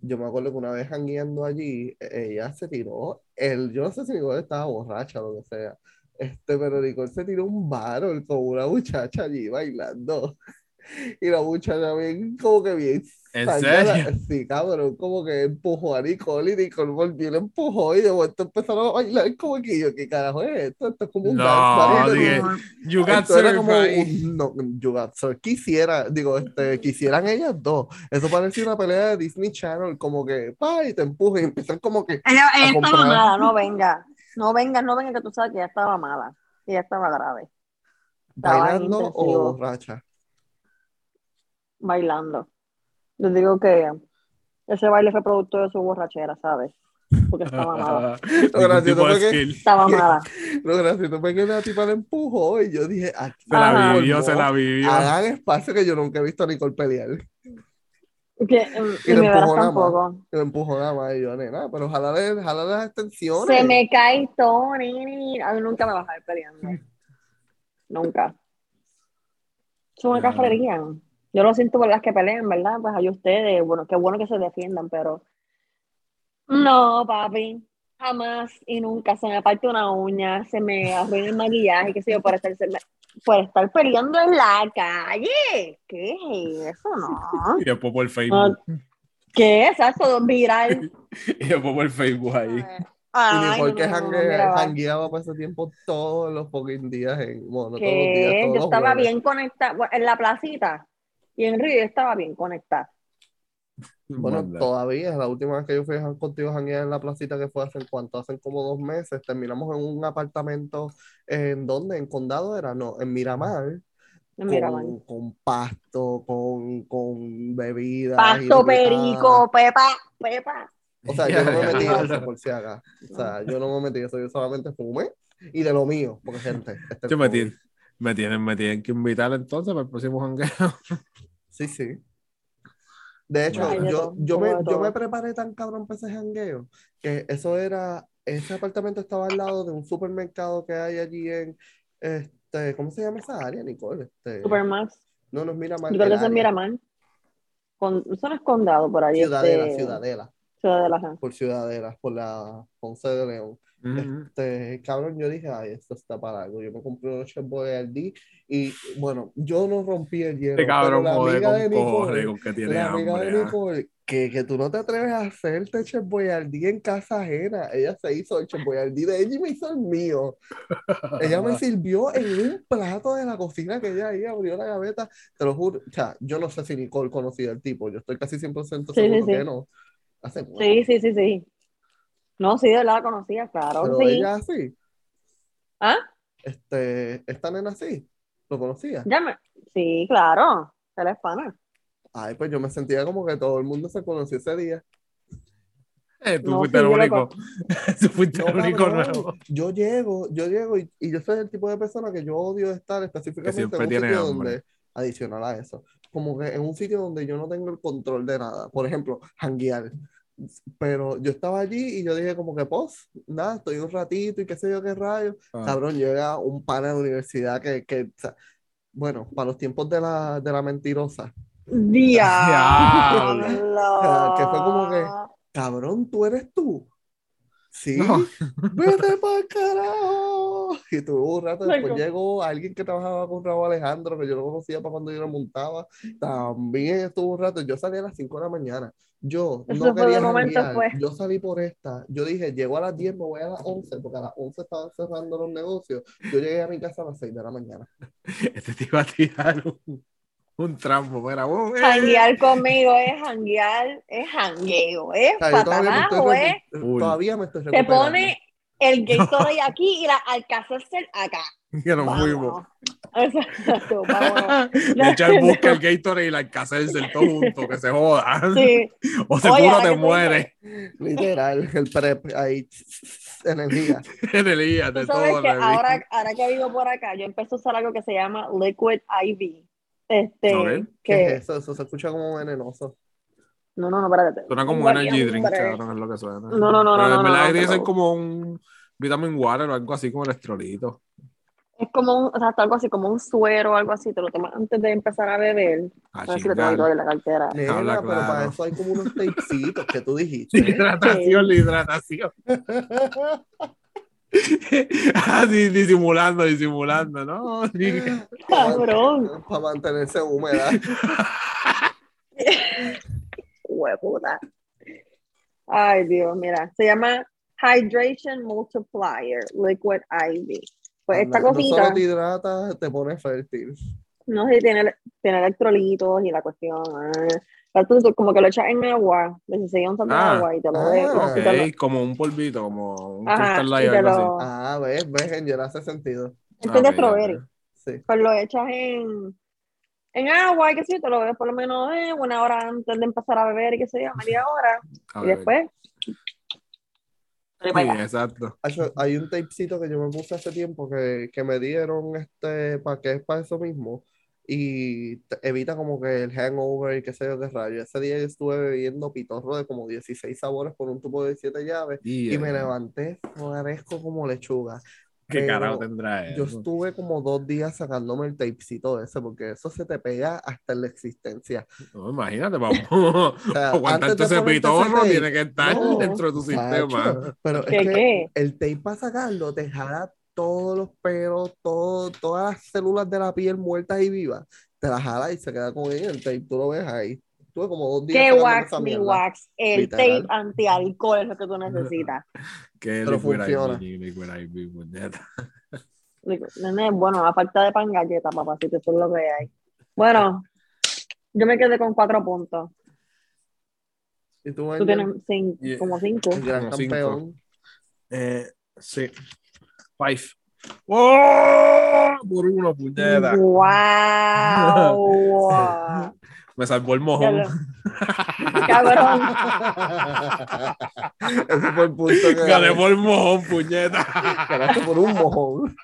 S4: yo me acuerdo que una vez jangueando allí, e- ella se tiró, el, yo no sé si Nicole estaba borracha o lo que sea, este, pero Nicole se tiró un barol con una muchacha allí bailando. Y la muchacha bien, como que bien.
S2: ¿En
S4: sangrada.
S2: serio?
S4: Sí, cabrón, como que empujó a Nicole y Nicole volvió y la empujó y de momento empezaron a bailar como que yo, ¿qué carajo es esto? Esto es como un
S2: No,
S4: dance party,
S2: dije,
S4: ¿no?
S2: You got
S4: Esto era
S2: served
S4: como
S2: ahí.
S4: un- no, you got served. Quisiera, digo, este, quisieran ellas dos. Eso parecía una pelea de Disney Channel, como que, pa, y te empujan y empiezan como que,
S3: Ella, ella
S4: A
S3: estaba
S4: comprar.
S3: mala, no venga. No venga, no venga, que tú sabes que ya estaba mala. Que ya estaba grave,
S4: bailando
S3: intensivo.
S4: o borracha.
S3: bailando. Les digo que ese baile fue producto de su borrachera, ¿sabes? Porque estaba mala.
S2: Ningún tipo de
S4: porque-
S2: skill.
S3: Estaba mala.
S4: Lo gracioso fue que la tipa la empujó y yo dije, aquí
S2: Se la
S3: Ajá.
S2: vivió,
S4: volvó.
S2: se la vivió.
S4: Hagan espacio que yo nunca he visto a Nicole pelear.
S3: Que, eh,
S4: Y
S3: y
S4: le
S3: me verás
S4: empujó la mano.
S3: tampoco.
S4: Me empujó nada más y yo, nena, pero jálale, jálale las extensiones.
S3: Se me cae todo, nini. A mí nunca me vas a ver peleando. nunca. Es una
S2: Ya.
S3: cafrería. Yo lo siento por las que pelean, ¿verdad? Pues hay ustedes. Bueno, qué bueno que se defiendan, pero. No, papi. Jamás y nunca se me parte una uña, se me arruina el maquillaje, qué sé yo, por estar, se me- por estar peleando en la calle. ¿Qué es eso? No.
S2: Y después por
S4: Ah.
S3: No,
S2: Facebook.
S3: ¿Qué es eso? Viral.
S2: Y yo pongo el Facebook ahí.
S4: y
S3: Ay,
S4: ni porque
S3: no, no, no, no,
S4: hangue-
S3: mira, va.
S4: hangueaba para ese tiempo todos los fucking días en. Bueno, no todos los días.
S3: que
S4: Todos
S3: yo
S4: los
S3: estaba
S4: jueves.
S3: bien conectada bueno, en la placita y en Río yo estaba bien conectada.
S4: Bueno,
S2: Manda.
S4: todavía es la última vez que yo fui a jan- contigo a janguear en la placita que fue hace cuánto, hace como dos meses. Terminamos en un apartamento, ¿en dónde? ¿En Condado era? No, en Miramar.
S3: En Miramar.
S4: Con, con pasto, con, con bebidas. y lo
S3: Pasto
S4: que
S3: perico, pepa, pepa.
S4: tal. O sea, yo no me metí en eso, por si acaso. O sea, yo no me metí en eso, yo solamente fumé y de lo mío, porque gente. este
S2: Yo me,
S4: COVID.
S2: tienen, me tienen, me tienen que invitar entonces para el próximo jangueo.
S4: Sí, sí. De hecho,
S3: Ay, de
S4: yo,
S3: todo,
S4: yo, me,
S3: como de
S4: yo me
S3: todo.
S4: preparé tan cabrón para ese jangueo que eso era, ese apartamento estaba al lado de un supermercado que hay allí en, este, ¿cómo se llama esa área, Nicole? Este,
S3: Supermax.
S4: no, no es Miramar.
S3: Yo creo que
S4: el
S3: eso es
S4: área.
S3: Miramar. Con, eso no es condado por ahí.
S4: Ciudadela,
S3: este,
S4: Ciudadela,
S3: Ciudadela, ajá.
S4: por Ciudadela, por la Ponce de León.
S2: Ujú.
S4: Este, cabrón, yo dije, ay, esto está para algo. Yo me compré unos Chevrolet Boyardee y, bueno, yo no rompí el hielo,
S2: Este
S4: pero
S2: cabrón
S4: la
S2: joder
S4: amiga de
S2: con
S4: Nicole-
S2: cojones con que tiene
S4: La amiga
S2: hambre.
S4: de
S2: ah.
S4: Nicole, que, que tú no te atreves a hacerte el Chef Boyardee en casa ajena. Ella se hizo el Chef Boyardee de ella y me hizo el mío. Ella me sirvió en un plato de la cocina que ella ahí abrió la gaveta. Te lo juro. O sea, yo no sé si Nicole conocía al tipo. Yo estoy casi 100% seguro
S3: Sí, sí, sí.
S4: que no. Hace mucho.
S3: Sí, sí, sí, sí. No, sí, de la conocía, claro.
S4: Pero
S3: sí.
S4: ella así,
S3: ¿Ah?
S4: este, esta nena así, lo conocía.
S3: Ya me- Sí, claro. Él es pana.
S4: Ay, pues yo me sentía como que todo el mundo se conoció ese día.
S2: Eh, tú
S3: No,
S2: fuiste
S3: sí,
S2: el
S3: yo lo
S2: único. tú fuiste
S4: No,
S2: el único
S4: cabrón.
S2: nuevo.
S4: Yo llego, yo llego y, y yo soy el tipo de persona que yo odio estar específicamente en un
S2: siempre
S4: sitio
S2: tiene hambre.
S4: donde, adicional a eso, como que en un sitio donde yo no tengo el control de nada. Por ejemplo, hanguear. Pero yo estaba allí y yo dije como que, pues, nada, estoy un ratito y qué sé yo qué rayo.
S2: Ah,
S4: Cabrón, llega un pana de la universidad que, que, o sea, bueno, para los tiempos de la, de la mentirosa.
S3: Diablo.
S4: sea, que fue como que- Cabrón, ¿tú eres tú? Sí.
S2: No.
S4: ¡Vete para carajo! Y tuvo un rato, después
S3: Luego.
S4: llegó alguien que trabajaba con Raúl Alejandro, que yo lo conocía para cuando yo lo montaba. También estuvo un rato, yo salí a las 5 de la mañana. Yo
S3: Eso
S4: no
S3: fue de
S4: quería
S3: momento,
S4: janguear.
S3: fue.
S4: yo salí por esta. Yo dije, llego a las 10, me voy a las 11, porque a las 11 estaban cerrando los negocios. Yo llegué a mi casa a las 6 de la mañana.
S2: Este te iba a tirar un, un trampo. Mira, oh, eh.
S3: Janguear conmigo es janguear, es jangueo, es
S4: O sea, yo todavía me estoy
S3: patanajo, es.
S4: recu-
S2: Uy.
S4: todavía me estoy
S3: Se
S4: recuperando.
S3: pone el Gatorade aquí y la Alcacelser acá.
S2: que nos fuimos.
S3: Vámonos. Exacto, vámonos.
S2: Le echa el busca el Gatorade y la alcacerse el todo junto, que se joda.
S3: Sí,
S2: O
S3: Oye,
S2: seguro
S3: ahora que
S2: te
S3: tú
S2: mueres.
S4: Literal, el prep ahí, energía.
S2: En el día
S3: tú
S2: de
S3: sabes
S2: todo.
S3: que
S2: la vida.
S3: ahora, ahora que vivo por acá, yo empecé a usar algo que se llama Liquid IV. Este,
S2: Ok.
S4: ¿Qué
S3: que,
S4: es eso? Eso se escucha como venenoso.
S3: no, no, no, espérate.
S2: Suena como
S3: Bueno,
S2: energy
S3: ya,
S2: drink,
S3: espérate.
S2: cabrón, es lo que suena.
S3: No, no,
S2: Pero
S3: no, no,
S2: En
S3: no,
S2: verdad
S3: no,
S2: dicen
S3: pero-
S2: como un vitamin water o algo así como electrolito.
S3: Es como un, o sea, algo así, como un suero o algo así, te lo tomas antes de empezar a beber.
S2: A
S4: Ah,
S3: A ver si lo tengo
S2: chingar.
S3: yo en la cartera.
S4: Nena,
S2: Habla
S4: pero para
S2: claro.
S4: eso hay como unos tapecitos que tú dijiste.
S2: Hidratación, la hidratación. Así Ah, disimulando, disimulando, ¿no? Sí.
S3: Cabrón.
S4: Para mantenerse húmeda.
S3: Hueputa. Ay, Dios, mira. Se llama Hydration Multiplier Liquid IV. Pues esta
S4: No- No
S3: cosita,
S4: solo te hidrata, te pone fértil.
S3: no sé, tiene, tiene electrolitos y la cuestión. ah. Pero tú- tú como que lo echas en agua, le enseñas un tanto de
S2: Ah,
S3: agua y te lo
S4: ah,
S3: de-
S4: ok.
S3: y te lo-
S2: Ok, como un polvito, como un
S3: Ajá,
S2: cristal light,
S3: y te
S2: algo así.
S3: lo-
S4: Ah, ves, ves, en Yera hace sentido.
S3: Esto es de
S2: Ok, ok.
S3: strawberry.
S4: Sí.
S3: pues lo echas en, en agua y qué sé yo, te lo bebes por lo menos eh, una hora antes de empezar a beber y qué sé yo, media hora.
S2: A
S3: y
S2: ver.
S3: después.
S2: Sí, exacto.
S4: Hacho, Hay un tapecito que yo me puse hace tiempo que, que me dieron este para que es para eso mismo. Y te- evita como que el hangover y qué sé yo qué rayo. Ese día yo estuve bebiendo pitorro de como 16 sabores por un tubo de 7 llaves. Y me levanté fresco como lechuga.
S2: ¿Qué
S4: pero
S2: carajo tendrá
S4: Yo
S2: eso?
S4: estuve como dos días sacándome el tapecito ese, porque eso se te pega hasta en la existencia.
S2: No, imagínate, vamos.
S4: O sea, antes
S2: Aguantarte
S4: de
S2: ese
S4: ponerte
S2: pitorro
S4: tape,
S2: tiene que estar
S4: no,
S2: dentro de tu sistema.
S4: tacho, Pero
S3: ¿Qué,
S4: es que
S3: qué?
S4: el tape para sacarlo te jala todos los pelos, todo, todas las células de la piel muertas y vivas. Te las jala y se queda con ella el tape, tú lo ves ahí. Estuve como dos días.
S3: ¿Qué
S4: sacándome
S3: wax
S4: esa
S3: ni
S4: mierda.
S3: wax? El
S4: Literal.
S3: tape antialcohol es lo que tú necesitas.
S2: Que
S4: Pero
S2: liquid
S4: funciona.
S2: IV, liquid IV, puñeta.
S3: Digo, Nene, bueno, a falta de pan galleta, papá, si que eso es lo que hay. Bueno, yo me quedé con cuatro puntos.
S4: Y tú,
S3: Tú
S4: Ángel,
S3: tienes cin-
S2: Yeah.
S3: como cinco.
S4: el gran
S2: Como cinco.
S4: campeón.
S2: Eh, sí. Five. ¡Oh! Por uno, puñeta.
S3: ¡Wow!
S2: Me salvó el mojón.
S3: Cabrón. Cabrón.
S4: Ese fue el punto que
S2: Gané
S4: gané.
S2: por el mojón, puñeta.
S4: Ganaste por un mojón.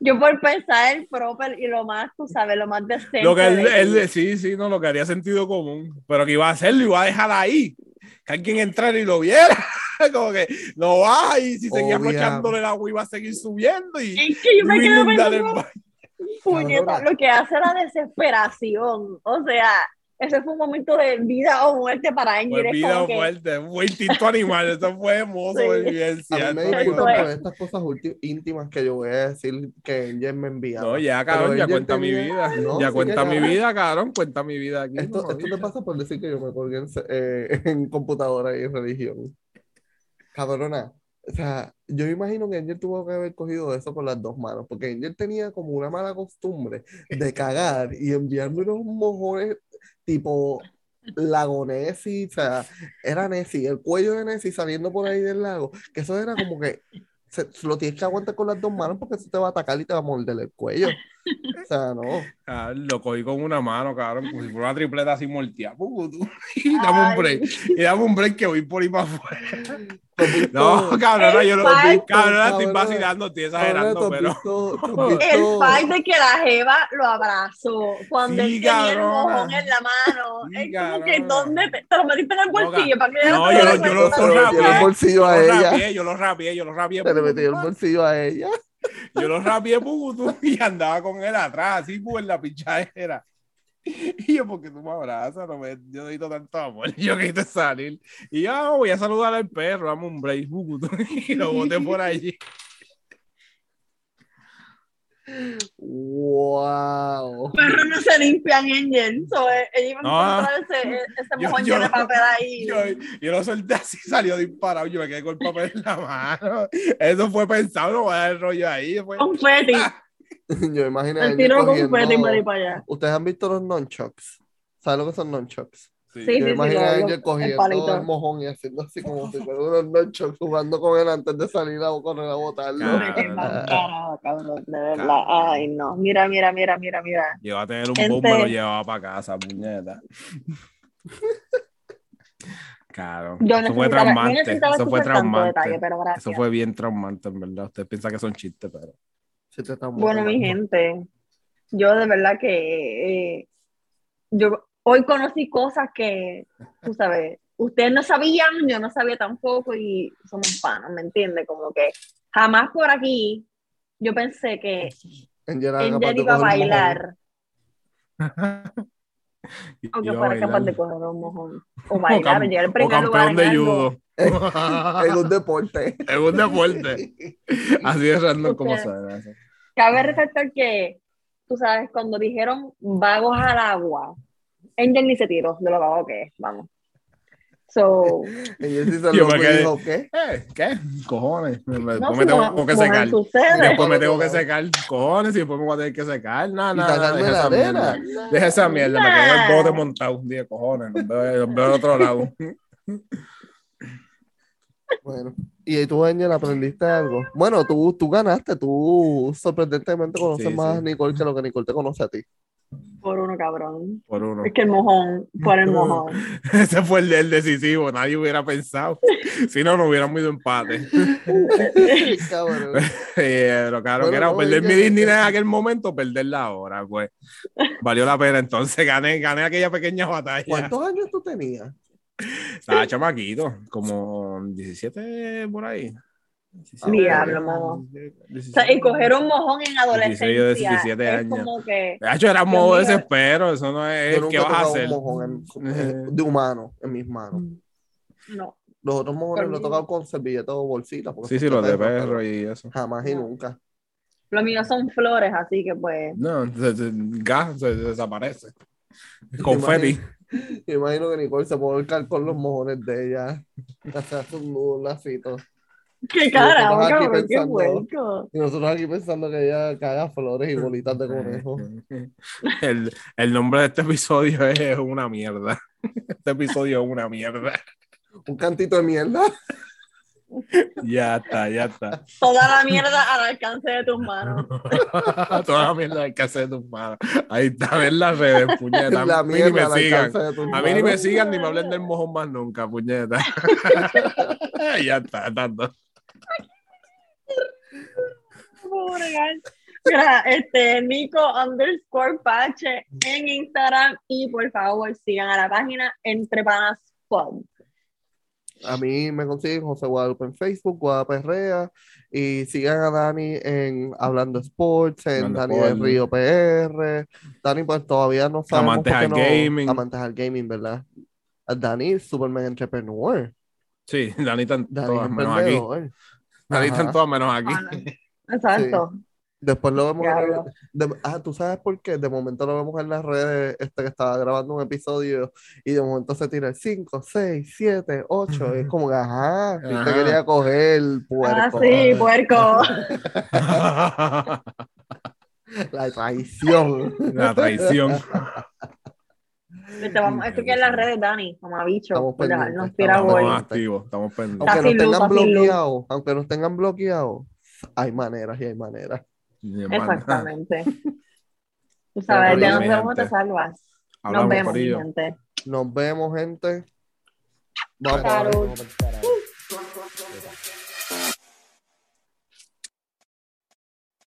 S3: Yo por pensar el proper y lo más, tú sabes, lo más decente.
S2: Lo que él,
S3: de-
S2: él- sí, sí, no, lo que haría sentido común. Pero que iba a hacerlo, iba a dejar ahí. Que alguien entrara y lo viera. Como que no va y si seguía
S4: Obvia.
S2: mochándole el agua iba a seguir subiendo y
S3: Es que yo
S2: iba
S3: me
S2: a
S3: quedo
S2: inundar el
S3: pensando,
S2: baño.
S3: puñeta,
S4: Cabrona.
S3: lo que hace la desesperación. O sea, ese fue un momento de vida o muerte para Angie.
S2: Fue
S3: Es
S2: vida
S3: como que-
S2: fuerte, fue instinto animal, eso fue hermoso,
S3: Sí.
S2: es
S4: A
S2: bien
S4: mí me
S2: cierto.
S4: disculpan
S3: Eso es.
S4: por estas cosas ulti- íntimas que yo voy a decir que ella me envía.
S2: No, ya,
S4: Pero
S2: cabrón, ya
S4: ella
S2: cuenta mi
S4: tenía-
S2: vida.
S4: No,
S2: ya
S4: sí
S2: cuenta
S4: que
S2: mi
S4: cabrón.
S2: vida, cabrón, cuenta mi vida aquí.
S4: Esto,
S2: no,
S4: esto te
S2: joder.
S4: pasa por decir que yo me colgué en, se- eh, en computadora y en religión. Cabrona. O sea, yo imagino que Angel tuvo que haber cogido eso con las dos manos, porque Angel tenía como una mala costumbre de cagar y enviarme unos mojones tipo lago Nessie, o sea, era Nessie, el cuello de Nessie saliendo por ahí del lago, que eso era como que se- lo tienes que aguantar con las dos manos porque eso te va a atacar y te va a morder el cuello. O sea, no.
S2: Ah, lo cogí con una mano, cabrón, como si fuera una tripleta así morteada. Pu, tú. Y dame un
S3: Ay.
S2: break, y dame un break que voy por ahí para afuera.
S4: Pues,
S2: No, cabrona, yo no.
S3: Exacto,
S2: Cabrona, estoy
S4: cabrona.
S2: vacilando, estoy
S4: Ahora,
S2: exagerando,
S4: ¿tú has
S2: pero.
S4: visto- tú has
S3: El
S4: visto-
S3: fight de que la Jeva lo abrazó cuando
S2: Sí,
S3: él tenía el
S2: cabrona.
S3: mojón en la mano.
S2: Sí,
S3: es como que,
S2: cabrona.
S3: ¿dónde te, te lo metiste en el bolsillo? para que ella
S2: no,
S3: te
S2: yo
S3: diera
S2: lo- yo lo-
S3: cuenta?
S4: Se le metió en el bolsillo a
S2: Yo lo
S4: ella.
S2: rapié, yo lo rapié, yo lo rapié.
S4: Se le
S2: pu,
S4: metió en
S2: tú.
S4: el bolsillo a ella.
S2: Yo lo rapié Pugutu y andaba con él atrás, así pues en la pinchadera. Y yo, porque tú me abrazas? No me, yo necesito tanto amor. Y yo quise salir. Y yo, ah, voy a saludar al perro, dame un break, Pugutu. Y lo boté por allí.
S4: ¡Wow!
S3: perros no se limpian, Angel. So, eh, él iba a
S2: No.
S3: encontrar ese, e, ese
S2: Yo-
S3: mojón
S2: yo
S3: lleno de
S2: no-
S3: papel ahí.
S2: Yo, yo lo solté así, salió disparado. Yo me quedé con el papel en la mano. Eso fue pensado, no voy a dar el rollo ahí. Fue...
S3: Confeti.
S4: Yo imagino a
S3: El
S4: ella
S3: tiro confeti y me di
S4: Ah, cogiendo.
S3: para allá.
S4: Ustedes han visto los nunchucks. ¿Saben lo que son nunchucks?
S3: Sí,
S4: Yo
S3: sí,
S4: imagino
S3: lo-
S4: a
S3: lo-
S4: ella
S3: el
S4: cogiendo el,
S3: palito.
S4: mojón y haciendo así como si fuera unos nunchucks, jugando con él antes de salir a correr a botarlo.
S2: Cabrón.
S3: Vete pa'l carajo, cabrón, de verdad. Ay, no. Mira, mira, mira, mira, mira.
S2: Yo iba a tener un
S3: Gente.
S2: boom, me lo llevaba para casa, puñeta. Claro.
S3: Yo
S2: eso fue
S3: necesitaba- yo
S2: traumante.
S3: necesitaba
S2: Eso fue
S3: escuchar tanto
S2: traumante.
S3: detalle, pero gracias.
S2: Eso fue bien traumante, en verdad. Ustedes piensan que son chistes, pero.
S4: Se te está
S3: Bueno, mi gente, yo de verdad que eh, yo hoy conocí cosas que, tú sabes, ustedes no sabían, yo no sabía tampoco y somos panos, ¿me entiendes? Como que jamás por aquí yo pensé que
S4: Angel era capaz
S3: Angel
S4: de
S3: iba a
S4: coger un mojón.
S3: bailar,
S2: Y
S3: aunque
S2: yo
S3: fuera capaz de
S2: bailando.
S3: coger un mojón, o
S2: O,
S3: bailar, o
S2: cam-
S3: llegar al
S2: o
S3: primer lugar
S2: campeón
S3: en
S2: de
S3: algo.
S2: judo.
S4: Es un deporte.
S2: es un deporte. Así de random como
S3: Ustedes-
S2: suena. eso.
S3: Cabe resaltar que, tú sabes, cuando dijeron vagos al agua, Angel ni se tiró de lo vago que es, vamos. So,
S4: Angel sí
S2: Yo
S4: se lo
S2: me quedé-
S4: dijo, ¿qué?
S2: Eh, ¿Qué? Cojones. Me, me-
S3: no
S2: después me
S3: si
S2: tengo
S3: moja-
S2: que
S3: mojar
S2: secar.
S3: sus sedes.
S2: Después me
S4: Bueno,
S2: tengo que
S4: bueno.
S2: secar. Cojones, y después me voy a tener que secar. Nada,
S4: Y
S2: nada.
S4: sacarme la arena.
S2: Deja esa mierda, me quedé en
S3: Nah.
S2: el bote montado. Dije, cojones, los veo, los veo al otro lado.
S4: Bueno, y tú, Angel, aprendiste algo. Bueno, tú, tú ganaste, tú sorprendentemente conoces
S2: Sí,
S4: más
S2: sí.
S4: a Nicole que lo que Nicole te conoce a ti.
S3: Por uno, cabrón.
S2: Por uno.
S3: Es que el mojón, por el mojón.
S2: Ese fue el, el decisivo, nadie hubiera pensado. Si no, no hubiéramos ido empate.
S4: Cabrón.
S2: Pues, Pero claro,
S4: Bueno,
S2: que era
S4: no,
S2: perder
S4: es
S2: mi
S4: que-
S2: dignidad en aquel momento, perderla ahora, pues. Valió la pena, entonces gané, gané aquella pequeña batalla.
S4: ¿Cuántos años tú tenías?
S2: Estaba chamaquito, como 17 por ahí. 17,
S3: Diablo, mano.
S2: 17.
S3: O sea, y coger un mojón en
S2: 16 o
S3: adolescencia
S2: 17
S3: es
S2: años.
S3: como que...
S2: De hecho, era
S3: Dios
S2: modo
S3: mío.
S2: desespero, eso no es.
S4: Yo nunca
S2: ¿Qué
S4: he
S2: vas a
S4: tocado
S2: hacer?
S4: un mojón en- eh, de humano en mis manos.
S3: mm, No,
S4: Los otros mojones
S3: Por
S4: los he
S3: mí.
S4: tocado con servilletas o bolsitas. porque
S2: Sí, sí,
S4: son
S2: los de
S4: perros,
S2: perro
S4: pero
S2: y eso.
S4: Jamás y
S3: No.
S4: nunca.
S3: los míos son flores, así que pues...
S2: No, se, se- gas se, se desaparece. Confeti.
S4: Yo imagino que Nicole se puede volcar con los mojones de ella. Hacerse un nudo, un lacito.
S3: ¡Qué
S4: Yo
S3: carajo,
S4: estaba aquí
S3: cabrón! ¡Qué
S4: pensando-
S3: hueco!
S4: Y nosotros aquí pensando que ella caga flores y bolitas de conejo.
S2: El, el nombre de este episodio es una mierda. Este episodio es una mierda.
S4: Un cantito de mierda.
S2: Ya está, ya está.
S3: Toda la mierda al alcance de tus manos.
S2: Toda la mierda que hacer tus manos. Ahí está, ven las redes, puñeta.
S4: La
S2: a mí ni
S4: mierda
S2: me
S4: al
S2: sigan.
S4: alcance de tus
S2: A mí ni me
S4: manos.
S2: sigan ni me hablen del mojón más nunca, puñeta. ya está, tanto.
S3: Pobre gal. Mira, este, Nico underscore Pache en Instagram y por favor sigan a la página Entre Panas Pod.
S4: A mí me consiguen José Guadalupe en Facebook, Guadalupe Herrera, y sigan a Dani en Hablando Sports, en
S2: Hablando
S4: Dani
S2: Sports.
S4: del Río PR. Dani, pues todavía no sabemos
S2: Amantes
S4: por qué
S2: al
S4: no-
S2: gaming.
S4: Amantes al gaming, ¿verdad? Dani, Superman Entrepreneur.
S2: Sí, Dani están
S4: Dani,
S2: todas menos aquí.
S4: emprendedor.
S2: Dani
S4: Ajá.
S2: están todas menos aquí.
S3: Exacto.
S4: Después lo vemos. en la-
S3: Diablo.
S4: de- ah, tú sabes por qué. De momento lo vemos en las redes. Este que estaba grabando un episodio y de momento se tira el 5, 6, 7, 8. Es como que, ajá, yo te
S2: Ajá.
S4: quería coger,
S3: Ah,
S4: puerco.
S3: sí, puerco.
S4: La traición.
S2: La traición.
S3: Te Este, vamos a en las redes, Dani, como ha dicho,
S4: Estamos
S3: por
S4: pendientes,
S3: dejarnos
S4: estamos
S3: tirar
S2: Estamos
S3: hoy.
S4: pendientes.
S2: activos, estamos pendientes.
S4: Aunque
S3: Está sin
S4: nos tengan
S3: luz, está sin luz.
S4: bloqueados, aunque nos tengan bloqueados, hay maneras y hay maneras.
S2: Mi hermana.
S3: Exactamente. Tú
S4: Pero
S3: sabes, de
S4: hablamos,
S2: mi
S3: nosotros te
S2: gente.
S3: salvas. Nos
S2: Hablamos,
S3: vemos, mi
S2: corillo.
S3: gente.
S4: Nos vemos, gente. Vamos.
S3: Salud.
S4: vamos para el carajo.
S1: Salud.